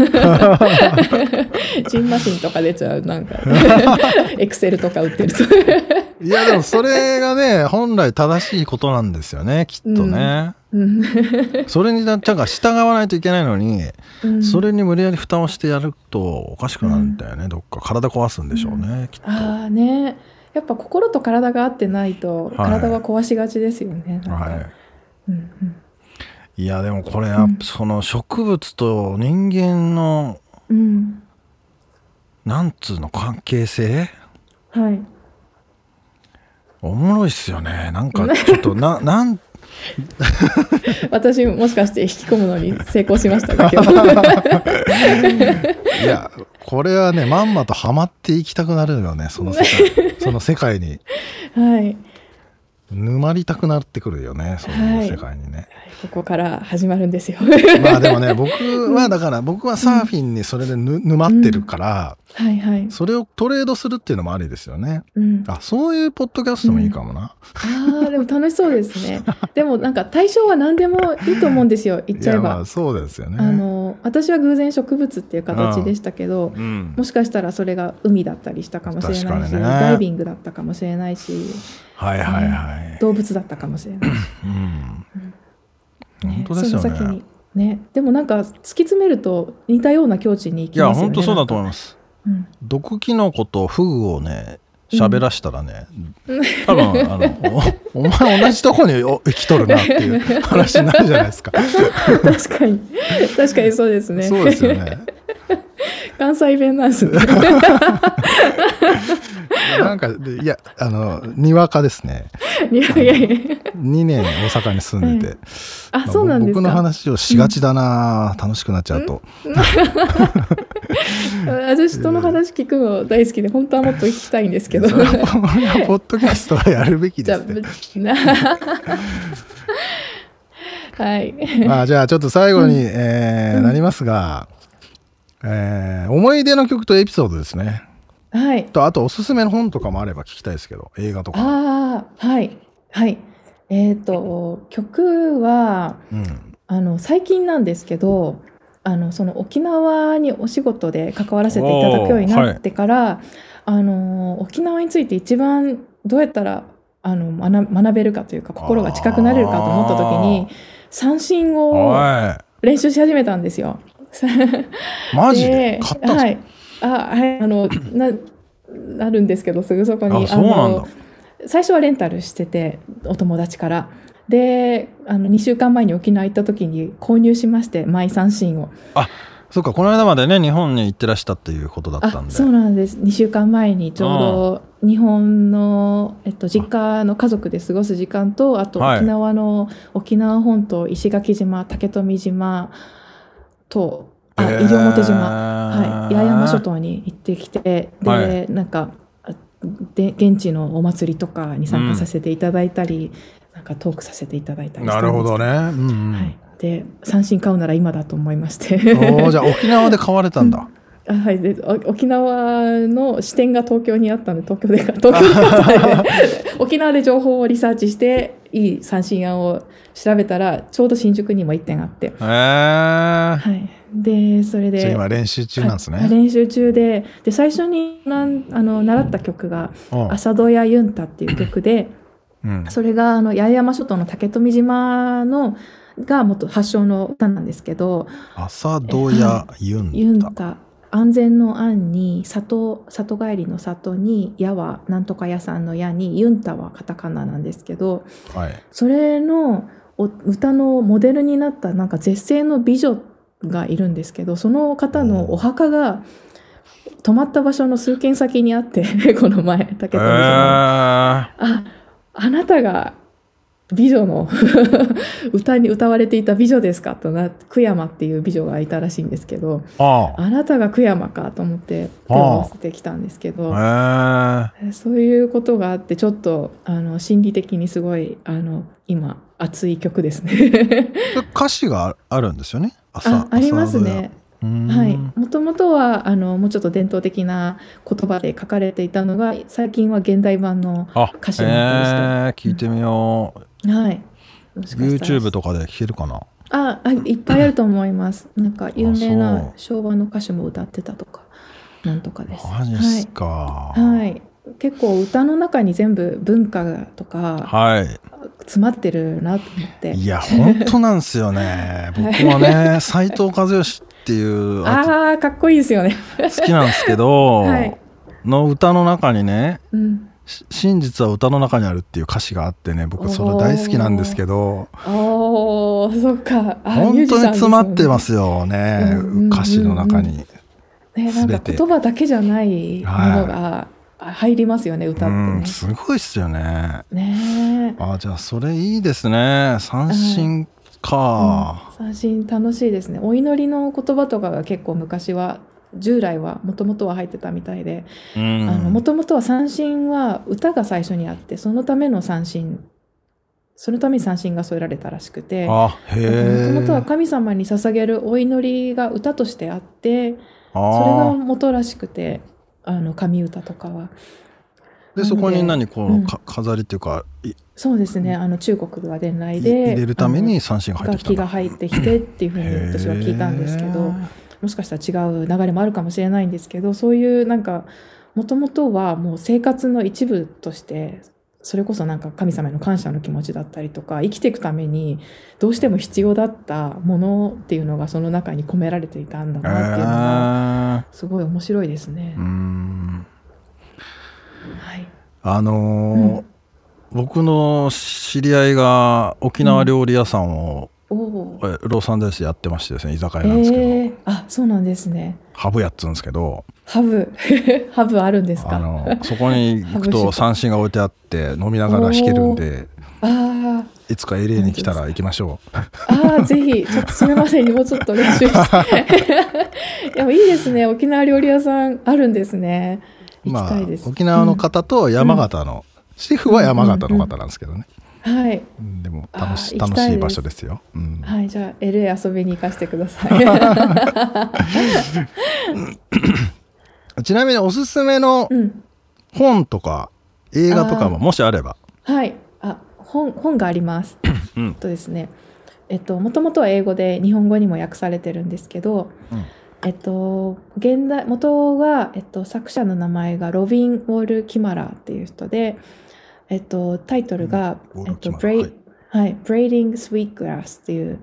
S5: ジンマシンとか出ちゃうなんか エクセルとか打ってると
S4: いやでもそれがね本来正しいことなんですよねきっとね。
S5: うん
S4: それになんか従わないといけないのに、
S5: うん
S4: それに無理やり負担をしてやるとおかしくなるんだよね、どっか体壊すんでしょうね、きっと。は
S5: ああねやっぱ心と体が合ってないと
S4: い
S5: 体は壊しがちですよね、なんか
S4: い。
S5: うん
S4: いやでもこれやっぱ
S5: うん
S4: その植物と人間の
S5: うん、
S4: なんつうの関係性
S5: うん、はい
S4: おもろいっすよねなんかちょっと ななん
S5: 私もしかして引き込むのに成功しましたか今 日
S4: いやこれはねまんまとハマっていきたくなるよねその世界 その世界に
S5: はい
S4: 沼りたくなってくるよねその世界にね、
S5: ここから始まるんですよ
S4: まあでもね僕はだから僕はサーフィンにそれでぬ沼ってるから、
S5: はいはい、
S4: それをトレードするっていうのもありですよね
S5: うん、
S4: あそういうポッドキャストもいいかもな、
S5: ああ、でも楽しそうですね。でもなんか対象は何でもいいと思うん ですよ、言っ
S4: い
S5: ちゃえ
S4: や
S5: ば。
S4: まあそうですよね
S5: あの、私は偶然植物っていう形でしたけど、
S4: うん
S5: もしかしたらそれが海だったりしたかもしれ
S4: 確
S5: な
S4: か
S5: い
S4: に
S5: し、
S4: ね
S5: ダイビングだったかもしれないし、
S4: はいはいはい。
S5: 動物だったかもしれないし、
S4: うん。
S5: ね
S4: 本当ですよ
S5: その先
S4: ね
S5: に。。ね、でもなんか突き詰めると似たような境地に行
S4: い
S5: き
S4: や、
S5: ますよね。
S4: 本当そうだと思い
S5: い
S4: ます。
S5: うん
S4: 毒キノコとフグをね、喋らしたらね、多分、あの、お お前同じとこにお生きとるなっていう話になるじゃないですか。
S5: ます。確かに、確かにそうですね。
S4: そうですよね。
S5: 関西弁な んですね。
S4: なんか、でいや、あの、にわかですね。
S5: いやいやいや。
S4: 2年大阪に住んでて。
S5: あ、
S4: まあ
S5: そうなんですか。
S4: 僕の話をしがちだな、楽しくなっちゃうと。
S5: 私人の話聞くの大好きで本当はもっと聞きたいんですけど
S4: それ はこれはポッドキャストはやるべき
S5: じ
S4: で
S5: ゃ
S4: すね。
S5: あな はい
S4: まあ、じゃあちょっと最後に、えーなりますが、えー思い出の曲とエピソードですね
S5: はい
S4: とあとおすすめの本とかもあれば聞きたいですけど映画とか、
S5: ああはいはいえっ、と曲は
S4: うん、
S5: あの最近なんですけどあのその沖縄にお仕事で関わらせていただくようになってから、あの沖縄について一番どうやったらあの学学べるかというか心が近くなれるかと思った時に三振を
S4: は
S5: 練習し始めたんですよ。
S4: いマジで買ったん
S5: は
S4: で
S5: い。あ、はい、あの、な、なるんですけど、すぐそこ
S4: す
S5: に。
S4: かあそうなんだ
S5: の、最初はレンタルしてて、お友達から。で、あの、2週間前に沖縄行った時に購入しまして、マイ三振を。
S4: そっかこの間までね日本に行ってらしたっていうことだった
S5: あ
S4: ん、で
S5: そうなんです。2週間前にちょうど、日本の、えっと、実家の家族で過ごす時間と、あと
S4: はい
S5: 沖縄の、沖縄本島、石垣島、竹富島と、あ、西表島。はい、八重山諸島に行ってきてで、
S4: はい
S5: なんかあで現地のお祭りとかに参加させていただいたり、なんかトークさせていただいたりした
S4: なんるほ
S5: で
S4: どね、う
S5: すけ
S4: んうん
S5: はい、で三振買うなら今だと思いまして
S4: おーじゃあ沖縄で買われたんだ、
S5: あ はい、でお沖縄の支店が東京にあったので東京で 東京に買ったので 沖縄で情報をリサーチしていい三振案を調べたらちょうど新宿にも1点あって、
S4: へえ
S5: はい、でそれで
S4: じゃあ今練習中なんですね、
S5: はい練習中でで最初になんあの習った曲が
S4: うん
S5: 「朝ドヤユンタ」っていう曲で
S4: うん
S5: それがあの八重山諸島の竹富島のが元発祥の歌なんですけど、
S4: 朝ドヤユ
S5: ユ
S4: ン
S5: ン
S4: タ。
S5: タ安全の安に里里帰りの里に矢はなんとか屋さんの矢にユンタはカタカナなんですけど
S4: はい。
S5: それのお歌のモデルになったなんか絶世の美女がいるんですけどその方のお墓が泊まった場所の数軒先にあって この前武
S4: え
S5: 富さんがああなたが美女の 歌に歌われていた美女ですかとな久山っていう美女がいたらしいんですけど。
S4: あ
S5: あなたが久山かと思って手を合わせてきたんですけど、
S4: あ。ええ。
S5: えーそういうことがあってちょっとあの心理的にすごいあの今熱い曲で すね。
S4: 歌詞があるんですよね。朝
S5: あありますね。。
S4: 朝ドヤ
S5: はい。。もともとはあのもうちょっと伝統的な言葉で書かれていたのが最近は現代版の
S4: あ、
S5: 歌詞にな
S4: ええ聞いてみよう。
S5: はい。もしかしたら
S4: YouTube とかで聴けるかな。
S5: ああいっぱいあると思 います。なんか有名
S4: あそう
S5: な昭和の歌手も歌ってたとかなんとかです。
S4: マジっ
S5: はい
S4: すか。
S5: はい、結構歌の中に全部文化とか
S4: はい。
S5: 詰まってるなと思って
S4: いや、本当なんですよ ね。僕はね、斎藤和義っていうアーティ
S5: あーかっこいいですよね。
S4: 好きなんですけど、
S5: はい
S4: の歌の中にね
S5: うん、
S4: 「し真実は歌の中にある」っていう歌詞があってね僕それ大好きなんですけど
S5: おーそっかあーミュ
S4: 本
S5: ージ
S4: 当
S5: シ
S4: に
S5: ャンです
S4: 詰
S5: よね
S4: まってますよね
S5: うんうんうんうん
S4: 歌詞の中に。
S5: ねなん
S4: 全
S5: か
S4: て
S5: 言葉だけじゃないものがあ入りますよね歌
S4: う
S5: って
S4: ん
S5: ね。
S4: すごいっすよね。
S5: ねえ
S4: あじゃあそれいいですね三振か。
S5: 三振楽しいですねお祈りの言葉とかが結構昔は従来はもともとは入ってたみたいで
S4: うん
S5: あのもともとは三振は歌が最初にあってそのための三振そのために三振が添えられたらしくても
S4: あへ
S5: と
S4: え。
S5: もとは神様に捧げるお祈りが歌としてあってそれが
S4: あ
S5: 元らしくてあの神歌とかは
S4: ーでそこに何この、
S5: うん
S4: か飾りっていうかいい
S5: そうですねあの中国は伝来
S4: 入
S5: で
S4: れるため
S5: あ
S4: に三振が
S5: の
S4: 入ってきたんだ
S5: 楽器が入ってきてっていうふうに私は聞いたんですけど
S4: へ
S5: もしかしたら違う流れもあるかもしれないんですけどそういうなんかもともとはもう生活の一部としてそれこそなんか神様への感謝の気持ちだったりとか生きていくためにどうしても必要だったものっていうのがその中に込められていたんだ
S4: え
S5: なっていうのがすごい面白いですね
S4: う。ん
S5: はい、
S4: あのー僕の知り合いが沖縄料理屋さんを、
S5: おおー
S4: えロサンゼルスでやってましてですね居酒屋
S5: え
S4: なんですけど、
S5: ー、あそうなんですね。
S4: ハブ屋っつうんですけど
S5: ハブ ハブあるんです
S4: あ
S5: か。
S4: のそこに行く
S5: ハブシ
S4: と
S5: ョ
S4: 三振が置いてあって飲みながら弾けるんで
S5: あー
S4: いつか LA に来たら行きましょう
S5: ああ、ぜひ、ちょっとすみません、もうちょっと練習して。 でもいいですね、沖縄料理屋さんあるんですね。行き
S4: まあ
S5: たいです。
S4: 沖縄の方と山形の、シェフは山形の方なんですけどね、
S5: うん、はい、
S4: うんでも楽し
S5: あー行
S4: 楽
S5: きた
S4: し
S5: いです
S4: い場所ですよ、うん
S5: はい、じゃあ、LA 遊びに行かせてください。
S4: ちなみにおすすめの
S5: うん、
S4: 本とか映画とかももしあれば
S5: はい、あ、本、本があります。
S4: うん
S5: えっとですね。えっと、もともとは英語で、日本語にも訳されてるんですけど。
S4: うん
S5: えっと、現代元が、えっと、作者の名前がロビン・ウォル・キマラっていう人で、えっと、タイトルが
S4: うんウォ
S5: え
S4: ル
S5: っと
S4: キマラ
S5: ブレイ
S4: はい
S5: はい、Braiding Sweetgrass っていう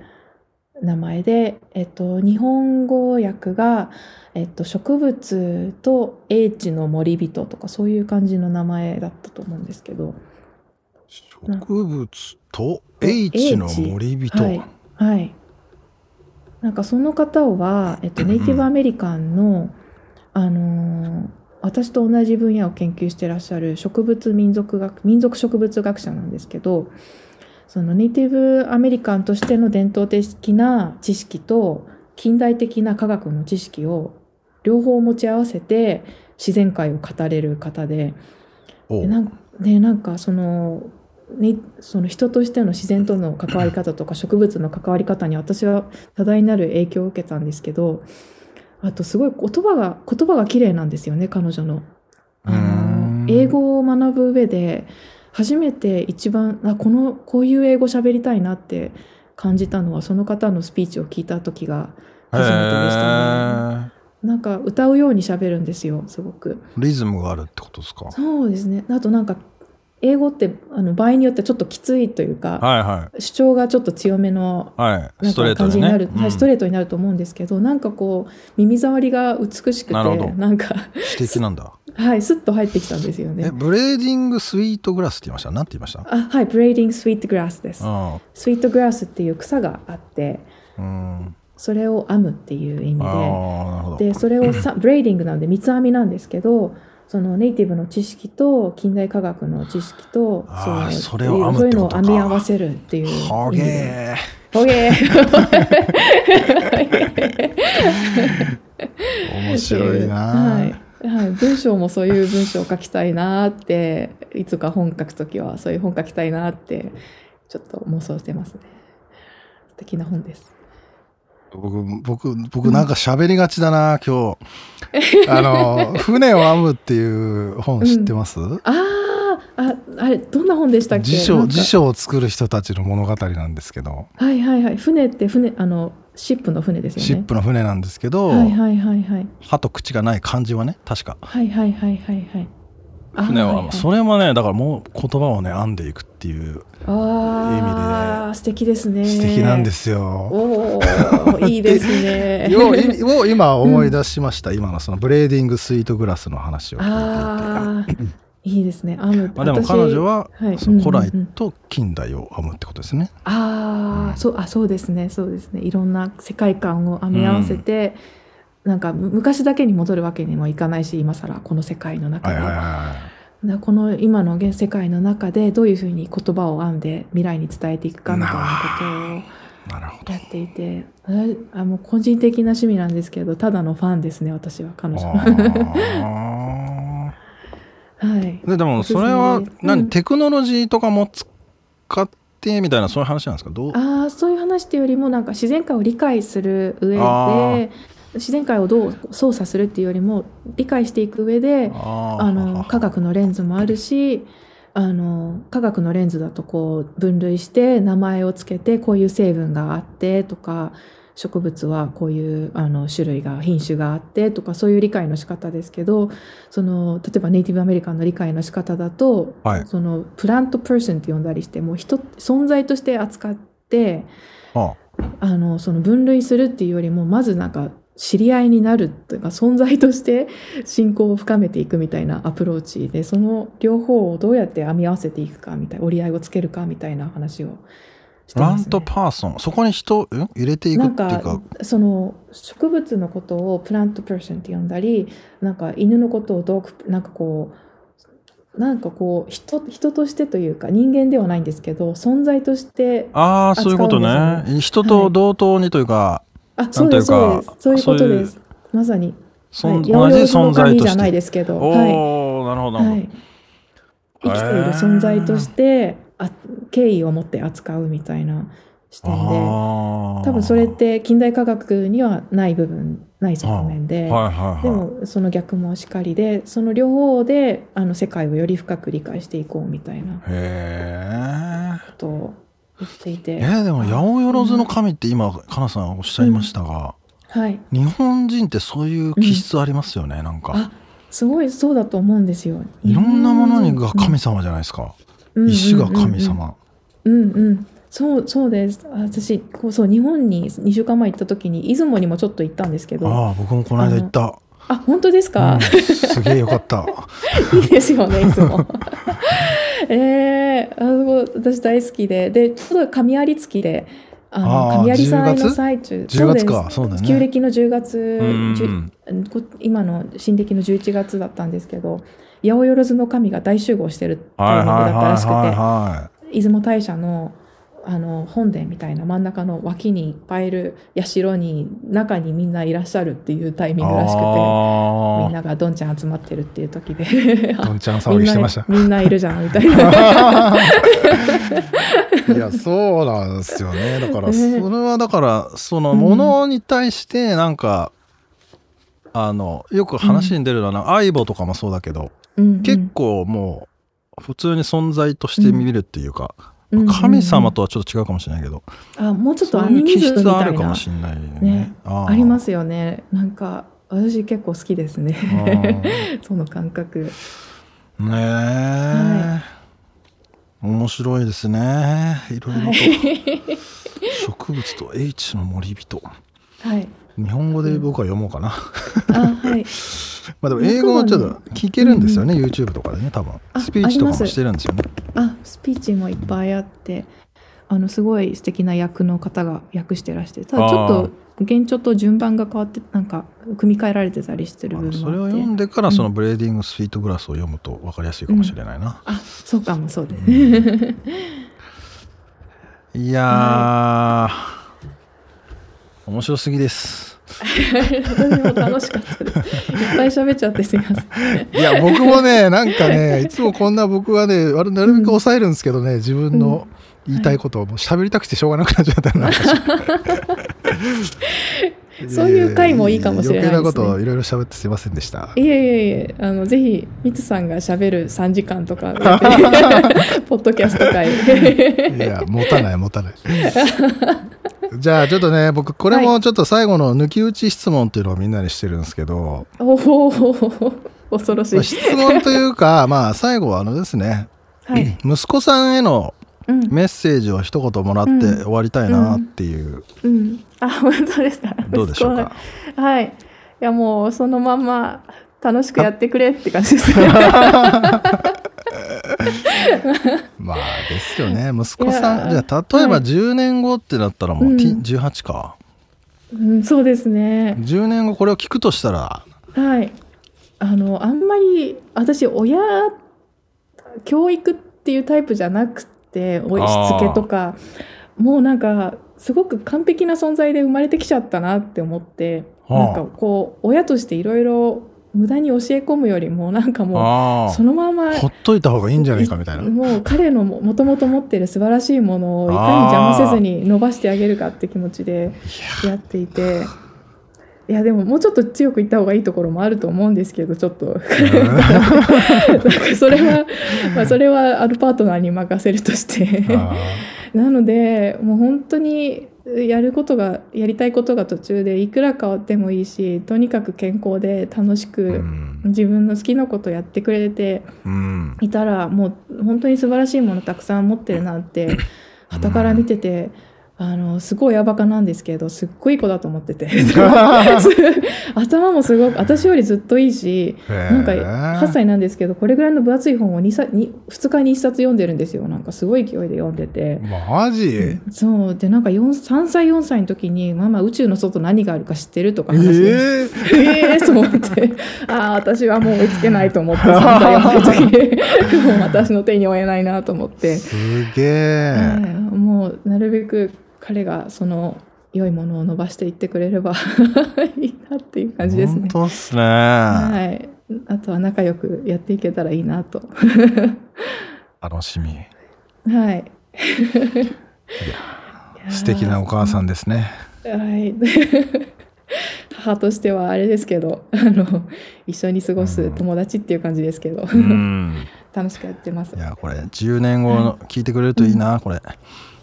S5: 名前で、えっと、日本語訳が、えっと、植物と英知の森人とかそういう感じの名前だったと思うんですけど、
S4: 植物と H の森人、
S5: はい、はい、なんかその方は、えっと、ネイティブアメリカンの、あのー私と同じ分野を研究してらっしゃる植物民族学民族植物学者なんですけどそのネイティブアメリカンとしての伝統的な知識と近代的な科学の知識を両方持ち合わせて自然界を語れる方で。
S4: お
S5: でなんでなんかその,、ね、その人としての自然との関わり方とか植物の関わり方に私は多大なる影響を受けたんですけどあとすごい言葉が言葉が綺麗なんですよね彼女の。あ
S4: うーん
S5: の英語を学ぶ上で初めて一番あこのこういう英語喋りたいなって感じたのはその方のスピーチを聞いた時が初めてでしたね。
S4: へー
S5: なんか歌うように喋るんですよすごく。
S4: リズムがあるってことですか
S5: そうですねあとなんか英語ってあの場合によってちょっときついというか、
S6: はいは
S5: 主張がちょっと強めの
S6: いはい
S5: なん
S6: ストレ
S5: か
S6: ートで
S5: 感じ
S6: ね
S5: になる、はいストレ
S6: ー
S5: ートになると思うんですけど、なんかこう耳障りが美しくて
S6: なるほど
S5: なんか
S6: ト素敵なんだ
S5: はいスッと入ってきたんですよ
S6: え
S5: ね。
S6: ブレーディングスイートグラスって言いましたなんて言いました
S5: あはいブレーディングスイートグラスです。
S6: あ
S5: スイートグラスっていう草があって
S6: あうん
S5: それを編むっていう意味
S6: あ
S5: で
S6: あなるほど
S5: でそれ をさブレーディングなので三つ編みなんですけどそのネイティブの知識と近代科学の知識と
S6: あー
S5: う
S6: それを編むってことか
S5: そういうのを編み合わせるっていう意味で。
S6: はげえ
S5: ほげー
S6: 面白いな、
S5: はいはい、文章もそういう文章を書きたいなーっていつか本書くときはそういう本書きたいなーってちょっと妄想してますね素敵な本です
S4: 僕僕僕なんか喋りがちだな今 日あの「船を編む」っていう本知ってます、
S5: あーああれどんな本でしたっけ
S4: 辞
S5: な
S4: 書
S5: んか
S4: 辞書を作る人たちの物語なんですけど、
S5: はいはいはい船って船あのシップの船ですよね
S4: シップの船なんですけど、
S5: はいはいはいはい
S4: 歯と口がない漢字はね確か
S5: はいはいはいはいはいあー
S6: 船
S5: はい
S6: は
S5: はい
S6: それもねだからもう言葉をね編んでいくっていう
S5: あー素敵ですね
S4: 素敵なんですすよ。
S5: おーいいです ね
S4: よういを今思い出しました、今のそのブレーディングスイートグラスの話を聞いていて。
S5: ああ、いいですね。編む。
S6: まあでも
S5: 私
S6: 彼女は
S5: はい
S6: その
S5: うんうん
S6: 古
S5: うん
S6: 来と近代を編むってことですね。
S5: ああ、
S6: うん
S5: そうあそうですねそうですねいろんな世界観を編み合わせて、なんかむ昔だけに戻るわけにもいかないし今更この世界の中
S4: はい
S5: で、
S4: はいはいはい
S5: なこの今の現世界の中でどういうふうに言葉を編んで未来に伝えていくかみたいな
S4: なるほ
S5: ことをやっていて私あもう個人的な趣味なんですけどただのファンですね私は彼女の。
S6: あ
S5: はい
S6: ーででもそれは
S5: そうですね
S6: 何、
S5: うん
S6: テクノロジーとかも使ってみたいなそういう話なんですかどう
S5: ああそういう話っていうよりもなんか自然界を理解する上
S6: あー
S5: で自然界をどう操作するっていうよりも理解していく上で
S6: あー
S5: あの科学のレンズもあるしあの科学のレンズだとこう分類して名前をつけてこういう成分があってとか植物はこういうあの種類が品種があってとかそういう理解の仕方ですけどその例えばネイティブアメリカンの理解の仕方だと、
S6: はい
S5: そのプラント・パーソンって呼んだりしてもう人存在として扱って
S6: あ
S5: あのその分類するっていうよりもまずなんか知り合いになるというか存在として信仰を深めていくみたいなアプローチでその両方をどうやって編み合わせていくかみたいな折り合いをつけるかみたいな話をして
S6: プラ
S5: ま
S6: ン
S5: す、ね。
S6: トパーソンそこに人ん入れていく
S5: な
S6: っ
S5: ん
S6: ていうか
S5: かその植物のことをプラントパーソンって呼んだりなんか犬のことをドッグなんかこうなんかこう人人としてというか人間ではないんですけど存在として
S6: ああそういうこと
S5: 扱うん
S6: ね人と同等にというか、
S5: あそうです
S6: な
S5: そ
S6: んていう
S5: うで
S6: か
S5: すそういうこと
S6: そういう
S5: ですまさに
S6: そ
S5: は
S6: ん
S5: い
S6: 同じ
S5: 八百
S6: 存
S5: 万の神
S6: 在と
S5: じゃ
S6: し
S5: ない
S6: て
S5: ですけど、はい
S6: おお、なるほどなるほど、
S5: はい、生きている存在としてあ敬意を持って扱うみたいな視点で
S6: 多
S5: 多分それって近代科学にはない部分ない側面で、
S6: はいはいはい
S5: でもその逆もしかりでその両方であの世界をより深く理解していこうみたいな
S6: へえ
S5: ことを言ってい
S6: え
S5: て、
S6: ーでも八百万の神って今かなさんおっしゃいましたが、
S5: はい、
S6: 日本人ってそういう気質ありますよね、なんか
S5: あすごいそうだと思うんですよ。
S6: いろんなものにが神様じゃないですか、石が神
S5: 様
S6: 様、
S5: うんうん、そうそうです。あ私こうそう日本に2週間前行った時に出雲にもちょっと行ったんですけど、あ
S6: ああ僕もこの間行った、
S5: 本当です
S6: う
S5: か
S6: ん、すげえよかった
S5: いいですよね出雲。 えー、あの私大好きででちょうど神有月であの
S4: あー
S5: 神有祭
S4: 10
S5: の
S4: 月
S5: 最中
S4: 10月か
S5: そ
S6: そう
S5: う
S6: だ
S5: で
S6: ね
S5: す旧暦の10月
S6: うんうんうん
S5: じゅこ今の新暦の11月だったんですけど八百万の神が大集合してるタイミングだったらしくて。
S6: は
S5: 出雲大社のあの本殿みたいな真ん中の脇にいっぱいいる社に中にみんないらっしゃるっていうタイミングらしくてみん
S6: あ
S5: ながどんちゃん集まってるっていう 時で
S4: ど。どんちゃん
S5: み
S4: 騒
S5: ん
S4: ぎしてま
S5: な
S4: した。
S5: みんないるじゃんみたいな。
S4: いやそうなんですよね。だから
S5: ね
S4: そ
S6: ーそれはだからそのものに対してなんか、あのよく話に出るのはな相棒とかもそうだけど、結構もう普通に存在として見るっていうか、神様
S5: と
S6: とはちょっと違うかもしれないけど、
S5: あもうちょっと
S6: そ
S5: ア
S6: うい
S5: ニ
S6: う
S5: ミ
S6: 気
S5: ズムみ
S6: 質あ
S5: た
S6: る
S5: い
S6: か
S5: な
S6: もしれないよね。
S5: ね
S6: あ。
S5: ありますすよねなんか私結構好きですね
S6: あーね
S5: その感覚
S6: え、
S5: は
S4: 面白いですねいろいろと、
S5: はい。
S4: 植物と H の森人
S5: はい。
S4: 日本語で僕は読もうかな
S5: あ、はい。
S4: まあでも英語もちょっと聞けるんですよね、YouTube とかでね多分
S5: あ
S4: スピーチとか
S5: あります
S4: もしてるんですよね
S5: あ、スピーチもいっぱいあって、あの、すごい素敵な役の方が訳してらして、ただちょ
S4: あー
S5: っと、現状と順番が変わって、なんか、組み替えられてたりしてる部
S4: あ
S5: 分
S4: それ
S5: も
S4: を
S5: あっ
S4: 読
S5: て。
S4: んでからそのブレーディング・スイートグラスを読むと分かりやすいかもしれないな、
S5: あ、そうかも、そうです。
S4: いやー、面白すぎです
S5: 私も楽しかったです。いっぱい喋っちゃってすいません。
S4: いや僕もねなんかねいつもこんな僕はねあれなるべく抑えるんですけどね自分の言いたいことをもう喋りたくてしょうがなくなっちゃったな
S5: そういう回もいいかもしれないですね
S4: 余計なことをいろいろ喋ってすいませんでした
S5: いえいえいえ、あの、ぜひ、ミツさんが喋る3時間と か、ポッドキャスト会。
S4: いや持たない持たない じゃあちょっとね僕これもちょっと最後の抜き打ち質問っていうのをみんなにしてるんですけど、
S5: おお、恐ろしい
S4: まあ。質問というか まあ最後はあのですね
S5: はい。
S4: 息子さんへの
S5: うん。
S4: メッセージを一言もらって終わりたいなっていう、
S5: うん。あ、本当ですか。
S4: どうでしょうか
S5: 息子は。はい。いや、もう、そのまんま、楽しくやってくれって感じですね。
S4: まあですよね息子さん
S5: い
S4: じ
S5: や
S4: ゃあ例えば
S5: はい
S4: 10年後ってなったらもう、ティ
S5: うん
S4: 18か
S5: うん、そうですね。
S4: 10年後これを聞くとしたら
S5: はい。あの、あんまり、私、親、教育っていうタイプじゃなくて、おし
S4: あー
S5: つけとか、もうなんか、すごく完璧な存在で生まれてきちゃったなって思って、
S4: はあ
S5: なんかこう、親としていろいろ無駄に教え込むよりも、なんかもう、
S4: あ
S5: そのまま
S4: あ、ほっといた方がいいんじゃないかみたいな
S5: もう彼のもともと持ってる素晴らしいものをいかに邪魔せずに伸ばしてあげるかって気持ちでやっていて。いやでももうちょっと強く言った方がいいところもあると思うんですけどちょっと なんかそれは、まあ、それはあるパートナーに任せるとして
S4: あ
S5: なのでもう本当にやることがやりたいことが途中でいくら変わってもいいしとにかく健康で楽し
S4: ーう
S5: く
S4: ん
S5: 自分の好きなことやってくれて、
S4: うん
S5: いたらもう本当に素晴らしいものたくさん持ってるなって傍から見てて。あのすごいやばかなんですけどすっごいいい子だと思ってて頭もすごく私よりずっといいしなんか
S4: へえ
S5: 8歳なんですけどこれぐらいの分厚い本を 2, さに2日に1冊読んでるんですよなんかすごい勢いで読んでて
S4: マジ
S5: そうでなんか4 3歳4歳の時に「ママ宇宙の外何があるか知ってる?」とか
S4: え
S5: 話して、
S4: え
S5: ええと思って、ああ、私はもう追いつけないと思って、3歳4歳の時に、もう私の手に負えないなと思って、
S4: すげ
S5: は
S4: え
S5: いもうなるべく彼がその良いものを伸ばしていってくれれば いいなっていう感じです
S4: 本
S5: ね。
S4: 当っすね、
S5: はい、あとは仲良くやっていけたらいいなと。
S4: 楽しみ
S5: はいいやー
S4: 素敵なお母さんですね
S5: はい。 母としてはあれですけどあの一緒に過ごす友達っていう感じですけど、
S4: うん
S5: 楽しくやってます
S4: いやこれ10年後の聞いてくれるといいな、これ
S5: あー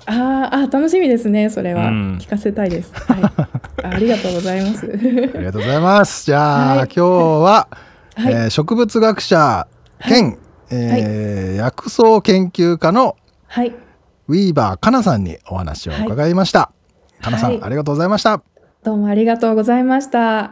S5: あー、楽しみですね、それは。
S4: うん
S5: 聞かせたいです。はい、あありがとうございます。
S4: ありがとうございます。じゃあ、
S5: は
S4: 今
S5: い
S4: 日は、
S5: はい
S4: えー植物学者兼、えー薬草研究家の
S5: はい、
S4: ウィーバーかなさんにお話を伺いました。かなさん、
S5: はい
S4: ありがとうございました。
S5: どうもありがとうございました。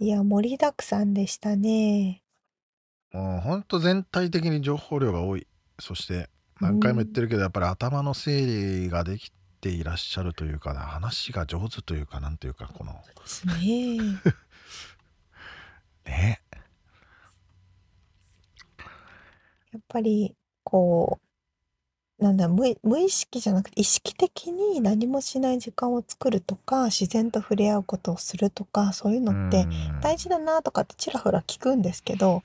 S3: いや、盛りだくさんでしたね。
S7: もうほんと全体的に情報量が多いそして何回も言ってるけどやっぱり頭の整理ができていらっしゃるというか話が上手というかなんというかこの
S3: ですね。
S7: ね
S3: やっぱり、こう、なんだ、無意、無意識じゃなくて、意識的に何もしない時間を作るとか、自然と触れ合うことをするとか、そういうのって
S7: うん
S3: 大事だなとかってちらほら聞くんですけど、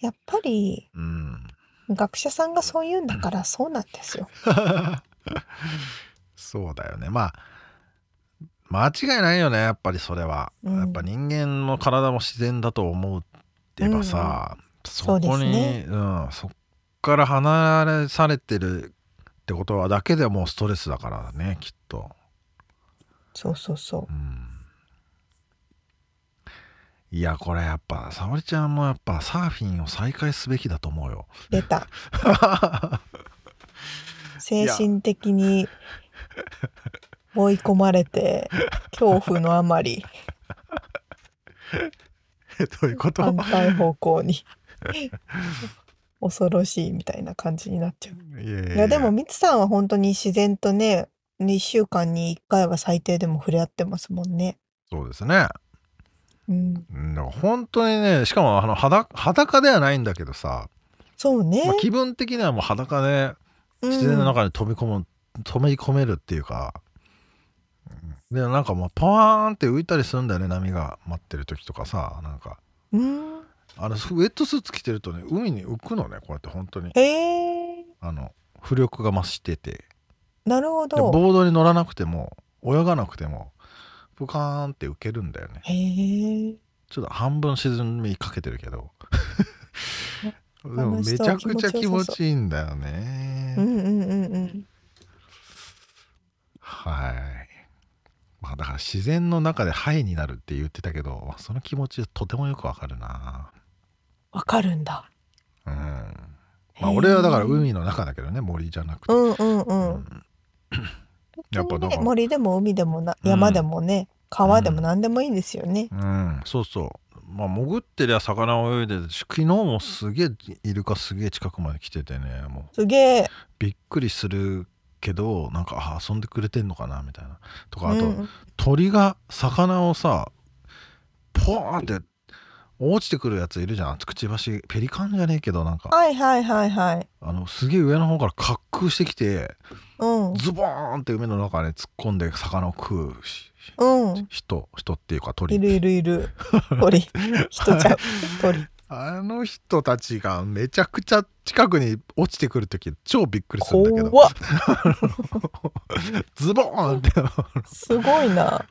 S3: やっぱり
S7: うん
S3: 学者さんがそう言うんだからそうなんですよ。
S7: そうだよねまあ間違いないよねやっぱりそれは、
S3: うん
S7: やっぱ人間の体も自然だと思う
S4: 言えばさ、そこに
S3: そうですね
S4: うん、そっから離れされてるってことはだけでもうストレスだからねきっと、
S3: そうそうそ
S4: うん、いやこれやっぱ沙織ちゃんもやっぱサーフィンを再開すべきだと思うよ
S3: う。出た。精神的に追い込まれて、恐怖のあまり
S4: どういうこと
S3: 反対方向に恐ろしいみたいな感じになっちゃう。
S4: いやいや
S3: いやでもミツさんは本当に自然とね1週間に1回は最低でも触れ合ってますもんね。
S4: そうですね
S3: うん、
S4: うんだから本当にねしかもあの裸裸ではないんだけどさ、
S3: そうね。
S4: まあ、気分的にはもう裸で
S3: うん
S4: 自然の中に飛び込む、飛び込めるっていうかでなんかもうパワーンって浮いたりするんだよね波が待ってる時とかさなんか
S3: うん、
S4: あのウェットスーツ着てるとね海に浮くのねこうやって本当に
S3: へえ
S4: あの浮力が増してて
S3: なるほ
S4: でボ
S3: ど。
S4: ードに乗らなくても泳がなくてもプカーンって浮けるんだよね
S3: へえ
S4: ちょっと半分沈みかけてるけどでもめちゃくちゃ気持ちいいんだよね、
S3: うんうんうんうん。
S4: はい。まあだから自然の中でハイになるって言ってたけど、その気持ちとてもよくわかるな。
S3: わかるんだ。
S4: うん。ま
S3: へ
S4: あ
S3: え
S4: 俺はだから海の中だけどね、森じゃなくて。
S3: うんうんう。
S4: うん んやっぱだ
S3: ね
S4: から、
S3: 森でも海でもな
S4: うん
S3: 山でもね、川でも何でもいいんですよね。
S4: うん、そうそう。まあ潜ってりゃ魚を泳いでるし昨日もすげえイルカすげえ近くまで来ててね、もう
S3: すげえ。
S4: びっくりするけど、なんかあ遊んでくれてんのかなみたいな。とかあ
S3: う
S4: と、
S3: ん
S4: 鳥が魚をさポーンって落ちてくるやついるじゃんくちばしペリカンじゃねえけどなんか
S3: はいはいはいはい。
S4: あのすげえ上の方から滑空してきて
S3: うん
S4: ズボーンって海の中に突っ込んで魚を食うし
S3: うん。
S4: 人人っていうか
S3: い
S4: 鳥
S3: るいるいる。 鳥。人ちゃう。鳥。
S4: あの人たちがめちゃくちゃ近くに落ちてくる時超びっくりするんだけど
S3: 怖っ。
S4: ズボーンって
S3: すごいな。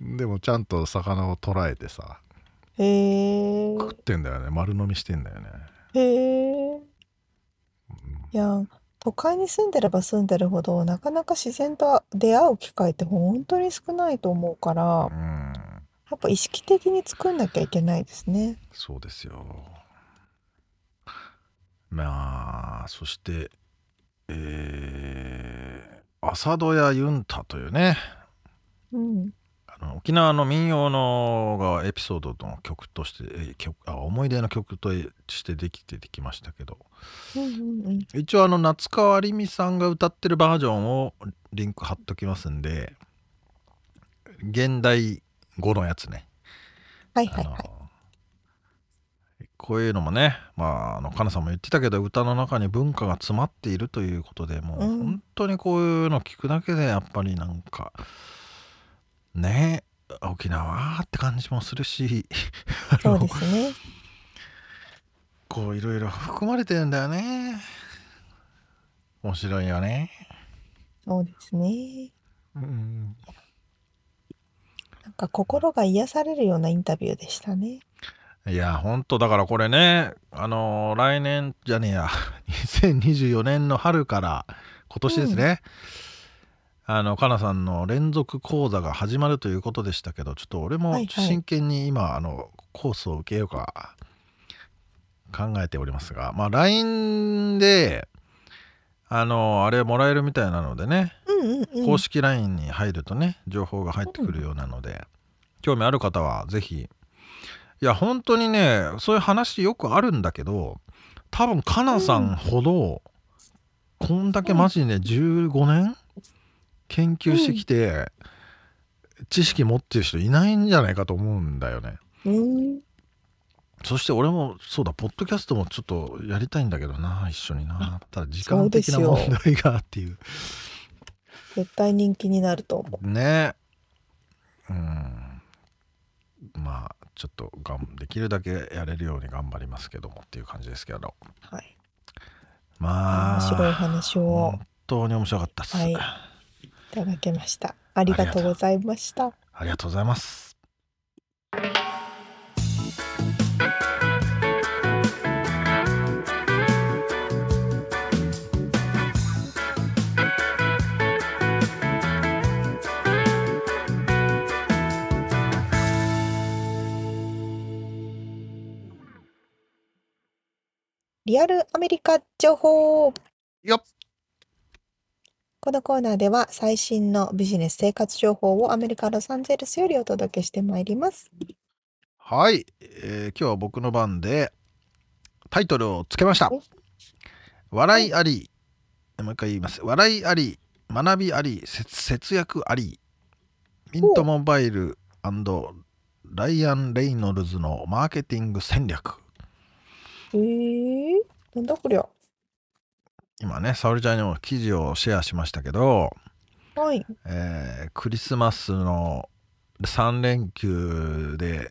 S4: でもちゃんと魚を捕らえてさ
S3: へえ。
S4: 食ってんだよね丸飲みしてんだよね、
S3: へえ。
S4: うん
S3: いや、都会に住んでれば住んでるほど、なかなか自然と出会う機会って本当に少ないと思うから、
S4: うん
S3: やっぱ意識的に作んなきゃいけないですね。
S4: そうですよ。まあそしてえー朝ドヤユンタというね
S3: うん。
S4: あの沖縄の民謡のがエピソードの曲としてえー曲あ思い出の曲としてできてできましたけど
S3: うんうんうん。
S4: 一応あの夏川りみさんが歌ってるバージョンをリンク貼っときますんで現代語のやつね
S3: はいはい
S4: あ
S3: は
S4: の
S3: い。
S4: こういうのもね、まあ、あのカナさんも言ってたけど歌の中に文化が詰まっているということでもう
S3: うん
S4: 本当にこういうの聞くだけでやっぱりなんかねえ沖縄って感じもするしあ
S3: そう
S4: の
S3: ですね。
S4: こういろいろ含まれてるんだよね面白いよね、
S3: そうですね。
S4: うん、
S3: なんか心が癒されるようなインタビューでしたね。
S4: いや本当だからこれねあの来年じゃねえや 2024年の春から今年ですね、あのかなさんの連続講座が始まるということでしたけどちょっと俺
S3: はいは
S4: も
S3: い
S4: 真剣に今、あのコースを受けようか考えておりますがまあ LINE であのあれもらえるみたいなのでね
S3: うんうんうん。
S4: 公式 LINE に入るとね情報が入ってくるようなので、興味ある方はぜひいや本当にねそういう話よくあるんだけど多分かなさんほど、こんだけマジで15年研究してきて、知識持ってる人いないんじゃないかと思うんだよね。
S3: うん。
S4: そして俺もそうだポッドキャストもちょっとやりたいんだけどな一緒になただ時
S3: そ
S4: 間
S3: うで
S4: 的
S3: す
S4: な
S3: よ
S4: 問題がっていう
S3: 絶対人気になると思う。
S4: ねうんまあちょっとがんできるだけやれるように頑張りますけどもっていう感じですけど
S3: はい。
S4: まあ
S3: 面白いお話を
S4: 本当に面白かったです、
S3: はいいただけました。ありがとうございました。
S4: ありがとうございます
S3: リアルアメリカ情報
S4: よっ
S3: このコーナーでは最新のビジネス生活情報をアメリカ・ロサンゼルスよりお届けしてまいります。
S4: はい、えー今日は僕の番でタイトルをつけました
S3: お
S4: 「笑いあり」もう一回言います「笑いあり」「学びあり」せ「節約あり」「ミントモバイルライアン・レイノルズのマーケティング戦略
S3: えー、なんだこりゃ。」
S4: 今ね沙織ちゃんにも記事をシェアしましたけど、
S3: はい。
S4: えークリスマスの3連休で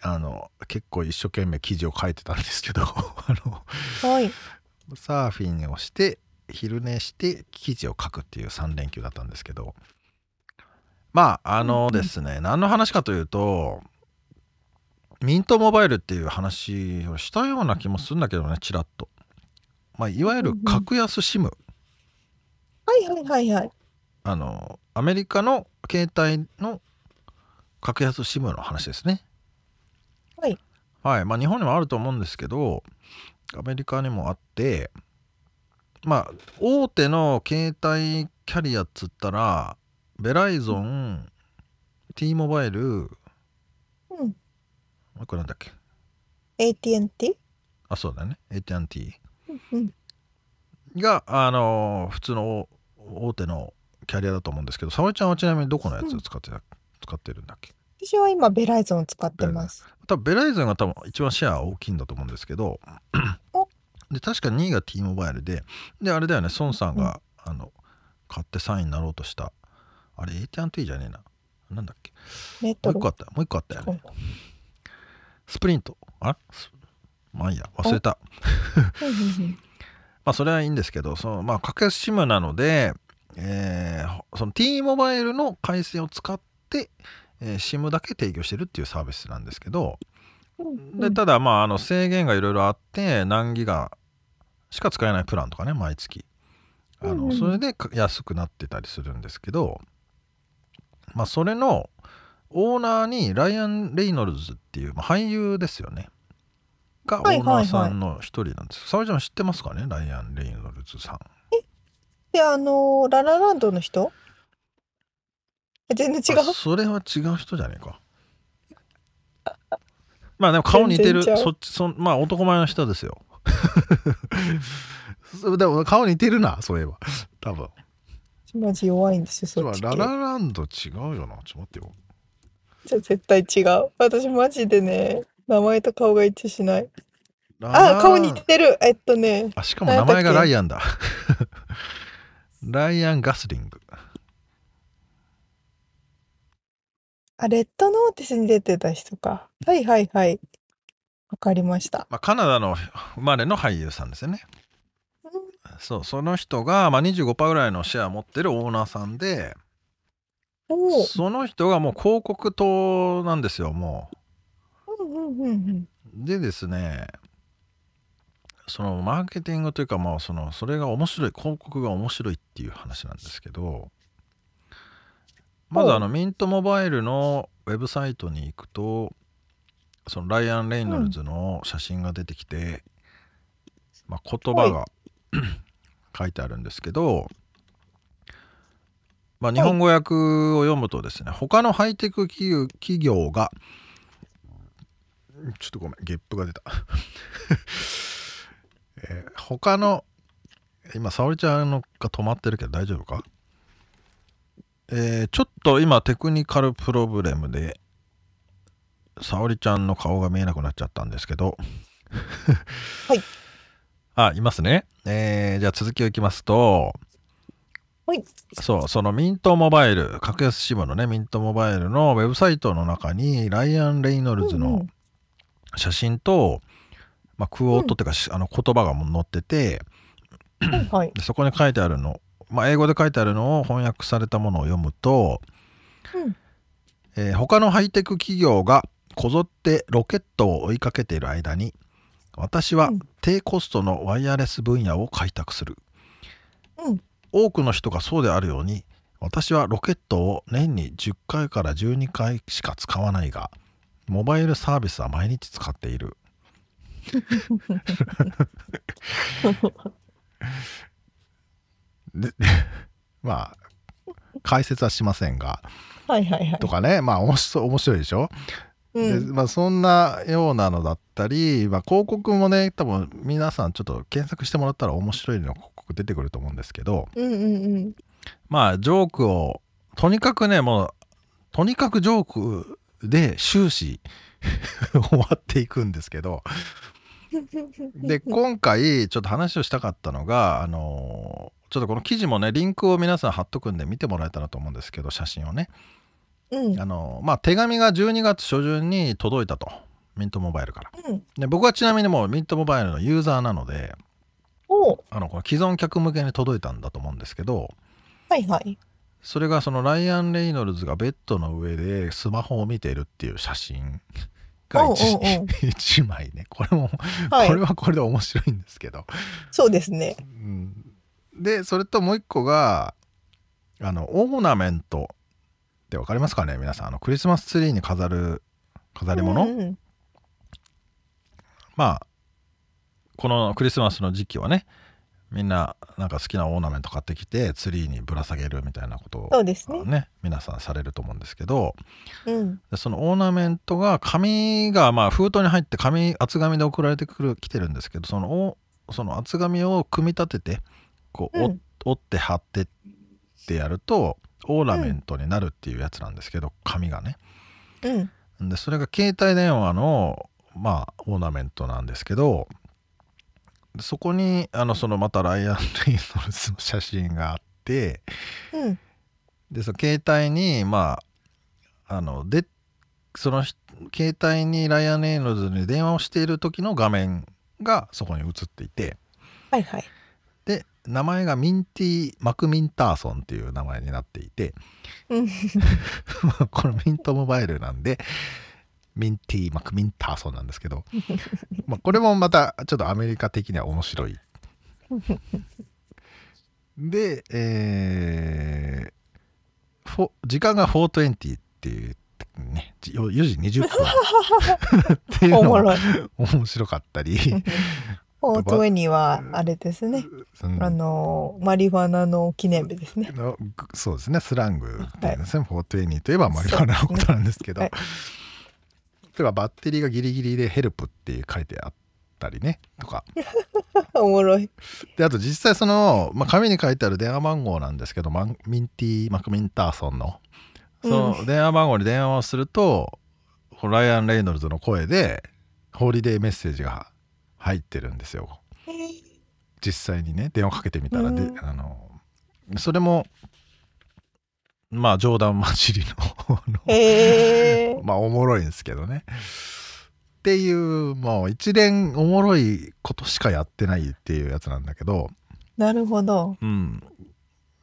S4: あの結構一生懸命記事を書いてたんですけど あの
S3: はい。
S4: サーフィンをして昼寝して記事を書くっていう3連休だったんですけどまああのですね、何の話かというとミントモバイルっていう話をしたような気もするんだけどねちらっと、まあ、いわゆる格安 SIM、
S3: はいはいはいはい。
S4: あのアメリカの携帯の格安 SIM の話ですね。
S3: はい。
S4: はい。まあ日本にもあると思うんですけどアメリカにもあってまあ大手の携帯キャリアっつったらベライゾン T モバイルも
S3: うん。
S4: う一個なんだっけ
S3: AT&T?
S4: あそうだね AT&T
S3: うん。
S4: があの普通の大手のキャリアだと思うんですけど沙織ちゃんはちなみにどこのやつを使ってた、使ってるんだっけ
S3: 私は今ベライゾンを使ってます。
S4: 多分ベライゾンが多分一番シェア大きいんだと思うんですけど
S3: お
S4: で確か2位が T モバイルでであれだよね孫さんが、あの買って3位になろうとしたあれ AT&T じゃねえななんだっけ
S3: メト
S4: もう
S3: ロ。
S4: 一個あったもう一個あったよ
S3: そ
S4: ね
S3: う
S4: スプリントあすまあいいや忘れた
S3: うんうんうん
S4: まあそれはいいんですけどそのまあ格安 SIM なので、えーその T モバイルの回線を使って、えー、SIM だけ提供してるっていうサービスなんですけど、
S3: うんう
S4: で
S3: ん
S4: ただまああの制限がいろいろあって何ギガしか使えないプランとかね毎月あ
S3: うんう
S4: の
S3: ん
S4: それでか安くなってたりするんですけどまあそれのオーナーにライアン・レイノルズっていう、まあ、俳優ですよねがオ
S3: はいはい
S4: ー
S3: は
S4: ナ
S3: い
S4: ーさんの一人なんです沙織、ちゃん知ってますかねライアン・レイノルズさん
S3: で、あのーララランドの人え全然違
S4: あ
S3: う。
S4: それは違う人じゃねえかまあでも顔似てる
S3: 全然ちゃう
S4: そっちそんまあ男前の人ですよ そうでも顔似てるなそういえば多分
S3: マジ弱いんですよ、そっち
S4: ラ
S3: 系。
S4: ラランド違うよなちょっと待ってよ
S3: じゃあ絶対違う。私マジでね、名前と顔が一致しない。
S4: ラララン
S3: あ、顔似てる。えっとね、
S4: あしかも名前がライアンだライアン・ガスリング
S3: あ、レッドノーティスに出てた人か。はいはいはい。わかりました。
S4: まあ、カナダの生まれの俳優さんですよね
S3: うん
S4: そうその人が、まあ、25%ぐらいのシェアを持ってるオーナーさんで
S3: おー
S4: その人がもう広告塔なんですよもう
S3: うんうんうんうん。
S4: でですねそのマーケティングというかまあそのそれが面白い広告が面白いっていう話なんですけどまずあのミントモバイルのウェブサイトに行くとそのライアン・レイノルズの写真が出てきて、まあ、言葉が 書いてあるんですけど、まあ、日本語訳を読むとですね他のハイテク企業企業がちょっとごめんゲップが出た、 えー他の今沙織ちゃんのが止まってるけど大丈夫かえーちょっと今テクニカルプロブレムで沙織ちゃんの顔が見えなくなっちゃったんですけど
S3: はい
S4: あいますねえーじゃあ続きをいきますと
S3: はい。
S4: そう、そのミントモバイル、格安支部のね、ミントモバイルのウェブサイトの中に、ライアン・レイノルズ
S3: うんう
S4: の
S3: ん
S4: 写真と、まあ、クオートっていうか、しあの言葉がもう載ってて、
S3: はいはい。
S4: でそこに書いてあるの、まあ、英語で書いてあるのを翻訳されたものを読むと、
S3: うん
S4: えー他のハイテク企業がこぞってロケットを追いかけている間に私は
S3: うん
S4: 低コストのワイヤレス分野を開拓する、
S3: うん
S4: 多くの人がそうであるように私はロケットを年に10回から12回しか使わないがモバイルサービスは毎日使っている で まあ解説はしませんが
S3: はいはいはい
S4: と。かねまあ面白面白いでしょ、
S3: う
S4: で
S3: ん。
S4: まあ、そんなようなのだったり、まあ、広告もね多分皆さんちょっと検索してもらったら面白いの広告出てくると思うんですけど
S3: うんうんうん。
S4: まあジョークをとにかくねもうとにかくジョークで終始 終わっていくんですけど で今回ちょっと話をしたかったのがあのーちょっとこの記事もねリンクを皆さん貼っとくんで見てもらえたらと思うんですけど写真をね
S3: うん
S4: あのーまあ手紙が12月初旬に届いたとミントモバイルから
S3: うん。
S4: で僕はちなみにもうミントモバイルのユーザーなので
S3: おう
S4: あのこの既存客向けに届いたんだと思うんですけど
S3: はいはい。
S4: それがそのライアン・レイノルズがベッドの上でスマホを見ているっていう写真が
S3: おうおう
S4: 1,
S3: おう
S4: 一 枚ねこれも、
S3: はい
S4: これはこれで面白いんですけど、
S3: そうですね。
S4: うんでそれともう一個があのオーナメントってわかりますかね皆さんあのクリスマスツリーに飾る飾り物、
S3: うんうん
S4: まあこのクリスマスの時期はねみんななんか好きなオーナメント買ってきてツリーにぶら下げるみたいなこと
S3: そ
S4: を
S3: うですね。
S4: ね皆さんされると思うんですけど
S3: うん。
S4: でそのオーナメントが紙がまあ封筒に入って紙厚紙で送られてくる来てるんですけどそのおその厚紙を組み立ててこう折,、
S3: うん
S4: 折って貼ってってやるとオーナメントになるっていうやつなんですけど紙がね
S3: うん。
S4: でそれが携帯電話のまあオーナメントなんですけどそこにあのそのまたライアン・レイノルズの写真があって
S3: うん。
S4: でその携帯にまああのでその人携帯にライアン・レイノルズに電話をしている時の画面がそこに映っていて
S3: はいはい。
S4: で名前がミンティ・マクミンターソンっていう名前になっていて
S3: うん。
S4: このミントモバイルなんでミンティーマクミンターソンなんですけどまあこれもまたちょっとアメリカ的には面白いで、えーフォ時間が420っていうねじよ4時20分 っていう
S3: お
S4: の
S3: も
S4: も
S3: ろい。
S4: 面白かったり、
S3: フォートウェニーは、あれですね。
S4: うん
S3: あの、マリファナの記念日ですね。
S4: のぐそうですねスラングっていうんですね、420といえばマリファナの
S3: そう
S4: こ
S3: ですね
S4: となんですけど、
S3: はい
S4: 例えばバッテリーがギリギリで「ヘルプ」って書いてあったりねとか
S3: おも ろい。
S4: であと実際その、まあ、紙に書いてある電話番号なんですけどマンミンティ・マクミンターソンのその電話番号に電話をすると、こうライアン・レイノルズの声でホーリデーメッセージが入ってるんですよ。
S3: えー
S4: 実際にね電話かけてみたらで、
S3: うん
S4: あのそれもまあ冗談交じりのあの
S3: えー
S4: まあおもろいんですけどねっていうもう一連おもろいことしかやってないっていうやつなんだけど、
S3: なるほど。
S4: うん、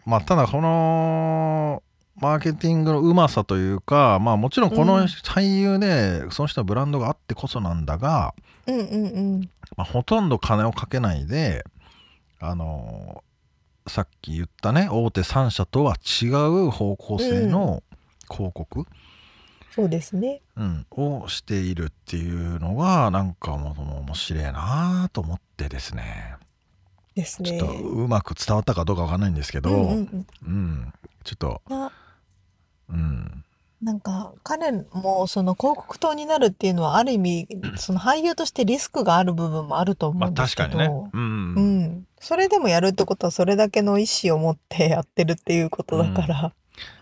S4: まあただこのマーケティングのうまさというかまあもちろんこ
S3: うん
S4: の俳優で、その人のブランドがあってこそなんだが、
S3: うんうんうん。
S4: まあ、ほとんど金をかけないであのーさっき言ったね大手3社とは違う方向性の広告、
S3: そうですね。
S4: うんをしているっていうのがなんかもう面白いなと思ってですね
S3: です
S4: ちょ
S3: ね
S4: っ。とうまく伝わったかどうかわかんないんですけど、
S3: う
S4: うんん
S3: うんうん
S4: ちょっと、
S3: な
S4: うん、
S3: なんか彼もその広告塔になるっていうのはある意味その俳優としてリスクがある部分もあると思
S4: ま
S3: う
S4: あ
S3: んです
S4: 確
S3: け
S4: かに
S3: ど、
S4: ね、うん
S3: うん、それでもやるってことはそれだけの意思を持ってやってるっていうことだから、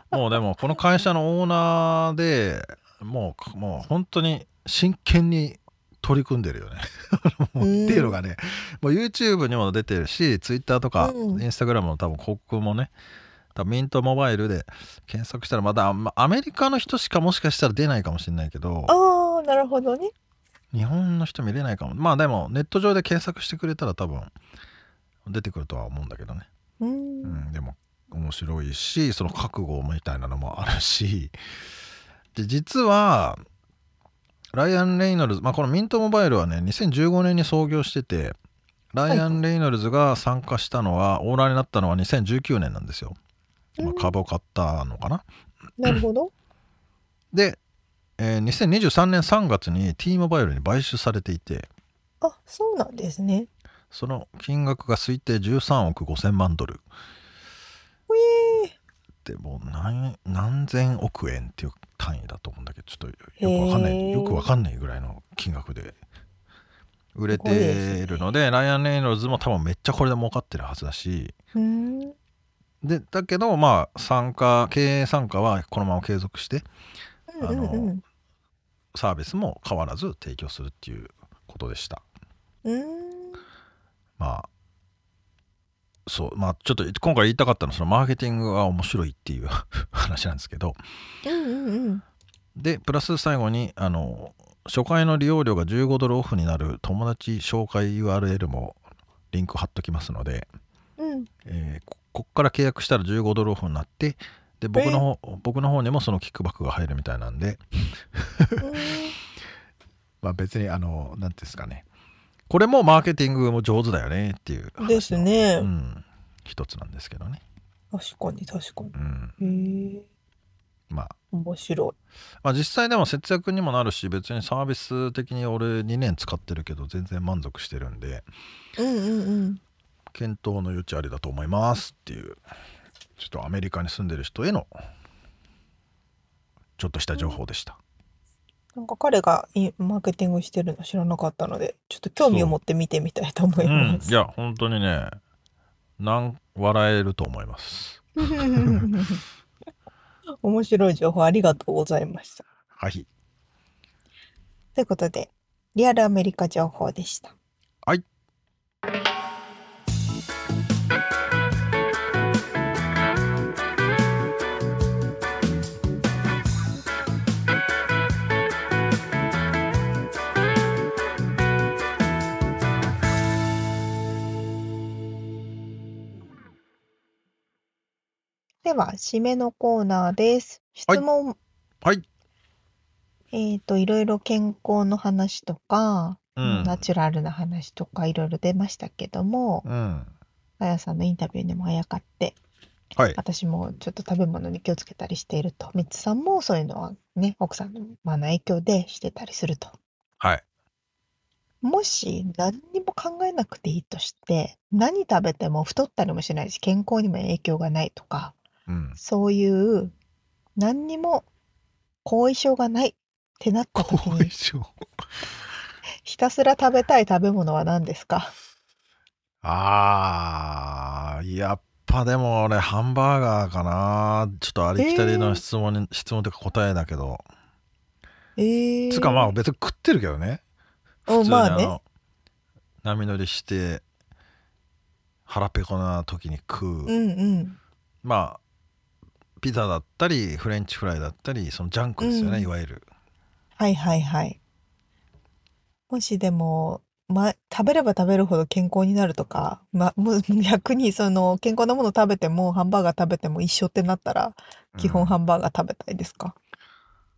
S4: もうでもこの会社のオーナーでもうもう本当に真剣に取り組んでるよね。 もう
S3: うん
S4: っていうのがねもう YouTube にも出てるし Twitter とか
S3: うん
S4: Instagram の多分広告もね多分ミントモバイルで検索したらまだあんまアメリカの人しかもしかしたら出ないかもしれないけど
S3: ああなるほどね
S4: 日本の人見れないかもまあでもネット上で検索してくれたら多分出てくるとは思うんだけどね、
S3: う
S4: うんん、でも面白いしその覚悟みたいなのもあるし で実はライアン・レイノルズ、まあ、このミントモバイルはね2015年に創業しててライアン・レイノルズが参加したのはオーナーになったのは2019年なんですよ、まあ、株を買ったのかな
S3: なるほど
S4: で、えー2023年3月に T モバイルに買収されていて
S3: ああ、そうなんですね。
S4: その金額が推定13億5000万ドル
S3: うえ
S4: でもう何何千億円っていう単位だと思うんだけどちょっとよくわかんな
S3: へ
S4: い
S3: ー
S4: よくわかんないぐらいの金額で売れ
S3: すごいです
S4: て
S3: ね
S4: るのでライアン・レイノルズも多分めっちゃこれで儲かってるはずだし
S3: ー。うーん。
S4: でだけどまあ参加経営参加はこのまま継続して
S3: うんうんうん。
S4: サービスも変わらず提供するっていうことでした
S3: うーん。
S4: まあそうまあちょっと今回言いたかったのはそのマーケティングが面白いっていう 話なんですけど
S3: うんうんうん。
S4: でプラス最後にあの初回の利用料が15ドルオフになる友達紹介 URL もリンク貼っときますので、
S3: うん。
S4: えーここっから契約したら15ドルオフになってで僕の方、僕の方にもそのキックバックが入るみたいなんで、まあ、別にあの何ていうんですかねこれもマーケティングも上手だよねっていう話の
S3: ですね
S4: うん、一つなんですけどね、
S3: 確かに確か
S4: うん
S3: に。へえ。
S4: まあ、
S3: 面白
S4: まあ実際でも節約にもなるし別にサービス的に俺2年使ってるけど全然満足してるんで
S3: い。うんうんうん。
S4: 検討の余地ありだと思いますっていうちょっとアメリカに住んでる人へのちょっとした情報でした、
S3: なんか彼がいマーケティングしてるの知らなかったので、ちょっと興味を持って見てみたいと思い
S4: うん
S3: ま、
S4: い
S3: す。
S4: や本当にねなん笑えると思います
S3: 面白い情報ありがとうございました。
S4: はい
S3: ということで、リアルアメリカ情報でした。
S4: はい。
S3: では、締めのコーナーです。
S4: は
S3: 質
S4: い
S3: 問、
S4: はい
S3: えっと、いろいろ健康の話とか、
S4: うん
S3: ナチュラルな話とかいろいろ出ましたけども、
S4: うん
S3: あやさんのインタビューにもあやかって、
S4: はい
S3: 私もちょっと食べ物に気をつけたりしていると、みつさんもそういうのはね、奥さんのまあの影響でしてたりすると。
S4: はい
S3: もし何にも考えなくていいとして、何食べても太ったりもしないし、健康にも影響がないとか、
S4: うん
S3: そういう何にも後遺症がないってなった時
S4: 後遺
S3: に、
S4: 症
S3: ひたすら食べたい食べ物は何ですか
S4: あーやっぱでも俺ハンバーガーかなちょっとありきたりの質問に、質問というか答えだけど、
S3: ええ
S4: つうかまあ別に食ってるけどね普通に
S3: ま
S4: あ
S3: あ
S4: の、
S3: ね。
S4: 波乗りして腹ペコな時に食う、
S3: うんうん。
S4: まあピザだったりフレンチフライだったりそのジャンクですよね、
S3: うん
S4: いわゆる
S3: はいはいはい。もしでも、ま、食べれば食べるほど健康になるとか、ま、 もう逆にその健康なもの食べてもハンバーガー食べても一緒ってなったら、基
S4: う
S3: 本
S4: ん
S3: ハンバーガー食べたいですか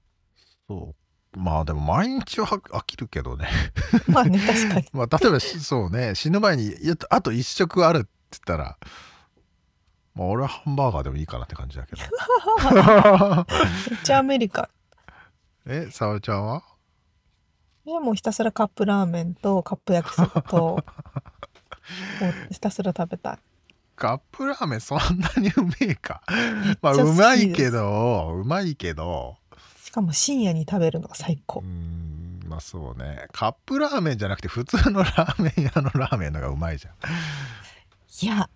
S4: そうまあでも毎日は飽きるけどね
S3: まあね、確かに。
S4: まあ例えばしそうね死ぬ前にいやあと一食あるって言ったらまあ俺はハンバーガーでもいいかなって感じだけど
S3: めっちゃアメリカン。
S4: え沙織ちゃんはい
S3: や、もうひたすらカップラーメンとカップ焼きそばと、もうひたすら食べたい。
S4: カップラーメンそんなにうめえか まあ
S3: めっちゃ好
S4: う
S3: き
S4: まいけどうまいけど
S3: しかも深夜に食べるのが最
S4: う
S3: 高
S4: ー。んまあそうねカップラーメンじゃなくて普通のラーメン屋のラーメンのがうまいじゃ
S3: いや、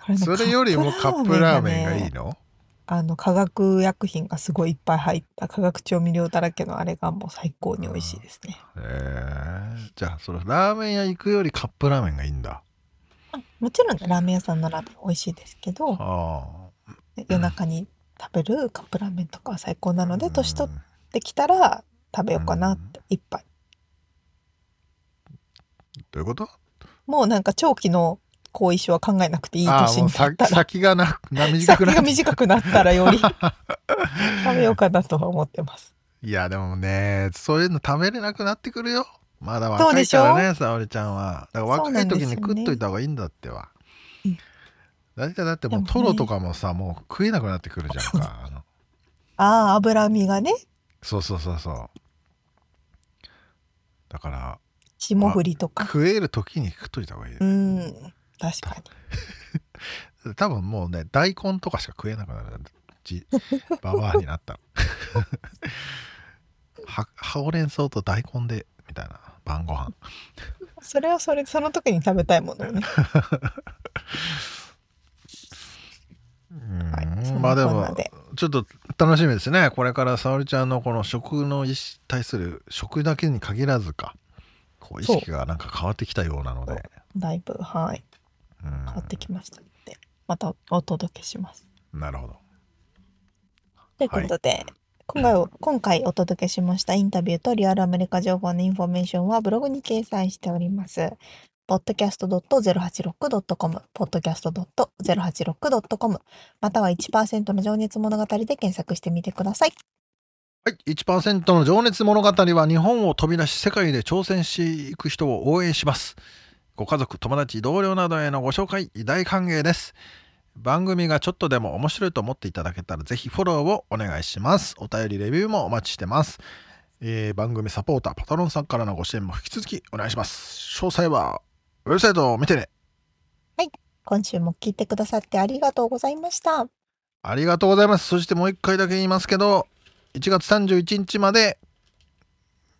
S3: これ
S4: ん
S3: ね、
S4: それよりもカップラーメンがい
S3: ね
S4: いの
S3: あの化学薬品がすごいいっぱい入った化学調味料だらけのあれがもう最高に美味しいですね。
S4: えーじゃあそのラーメン屋行くよりカップラーメンがいいんだ
S3: もちろんねラーメン屋さんのラーメン美味しいですけど、
S4: あ
S3: 夜中に食べるカップラーメンとかは最高な
S4: あ
S3: ので、年取
S4: う
S3: っ
S4: ん
S3: てきたら食べようかなって一杯。
S4: どういうこと
S3: もうなんか長期の後遺症は考えなくていい
S4: ああ
S3: 年
S4: もう
S3: にな
S4: さ
S3: ったら、
S4: 先がなな短
S3: 先
S4: くな
S3: が
S4: っ
S3: 短くなったらより食べようかなとは思ってます。
S4: いやでもねそういうの食べれなくなってくるよまだ若いからね沙織ちゃんはだ
S3: そ
S4: から
S3: う
S4: 若
S3: ないんで
S4: 時
S3: すよ
S4: に
S3: ね
S4: 食っといた方がいいんだっては
S3: うん
S4: 大体だってもう
S3: でもね
S4: トロとかもさもう食えなくなってくるじゃんかあの
S3: ああ、脂身がね、
S4: そうそうそうそうだから
S3: 霜降りとか。
S4: 食える時に食っといた方がいい、
S3: うん、確かに。
S4: 多分もうね大根とかしか食えなくなるじババアにな ったらはほうれん草と大根でみたいな晩ご飯
S3: それはそれ、その時に食べたいものをね。
S4: うん
S3: はい
S4: まあで
S3: そんなこんな
S4: も
S3: で
S4: ちょっと楽しみですねこれから沙織ちゃんのこの食の意識対する食だけに限らずかこう意識がなんか変わってきたようなので
S3: だいぶ、はい、
S4: うん
S3: 変わってきましたので、またお届けします。
S4: なるほど
S3: ということで、今回を今回お届けしましたインタビューとリアルアメリカ情報のインフォメーションはブログに掲載しております。podcast.086.com、podcast.086.com、または1%の情熱物語で検索してみてください。
S4: はい、1%の情熱物語は日本を飛び出し世界で挑戦していく人を応援します。ご家族、友達、同僚などへのご紹介、大歓迎です。番組がちょっとでも面白いと思っていただけたらぜひフォローをお願いします。お便り、レビューもお待ちしてます。えー番組サポーター、パトロンさんからのご支援も引き続きお願いします。詳細はウェブサイトを見てね。
S3: 今週も聞いてくださってありがとうございました。
S4: ありがとうございます。そしてもう一回だけ言いますけど、1月31日まで、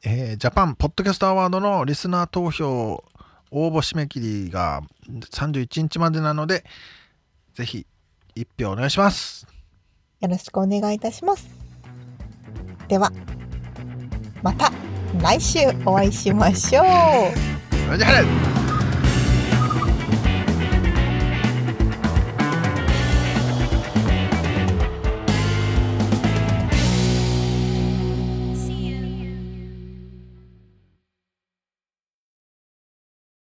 S4: えージャパンポッドキャストアワードのリスナー投票応募締め切りが31日までなので、ぜひ一票お願いします。
S3: よろしくお願いいたします。では、また来週お会いしましょう。
S4: それじゃあね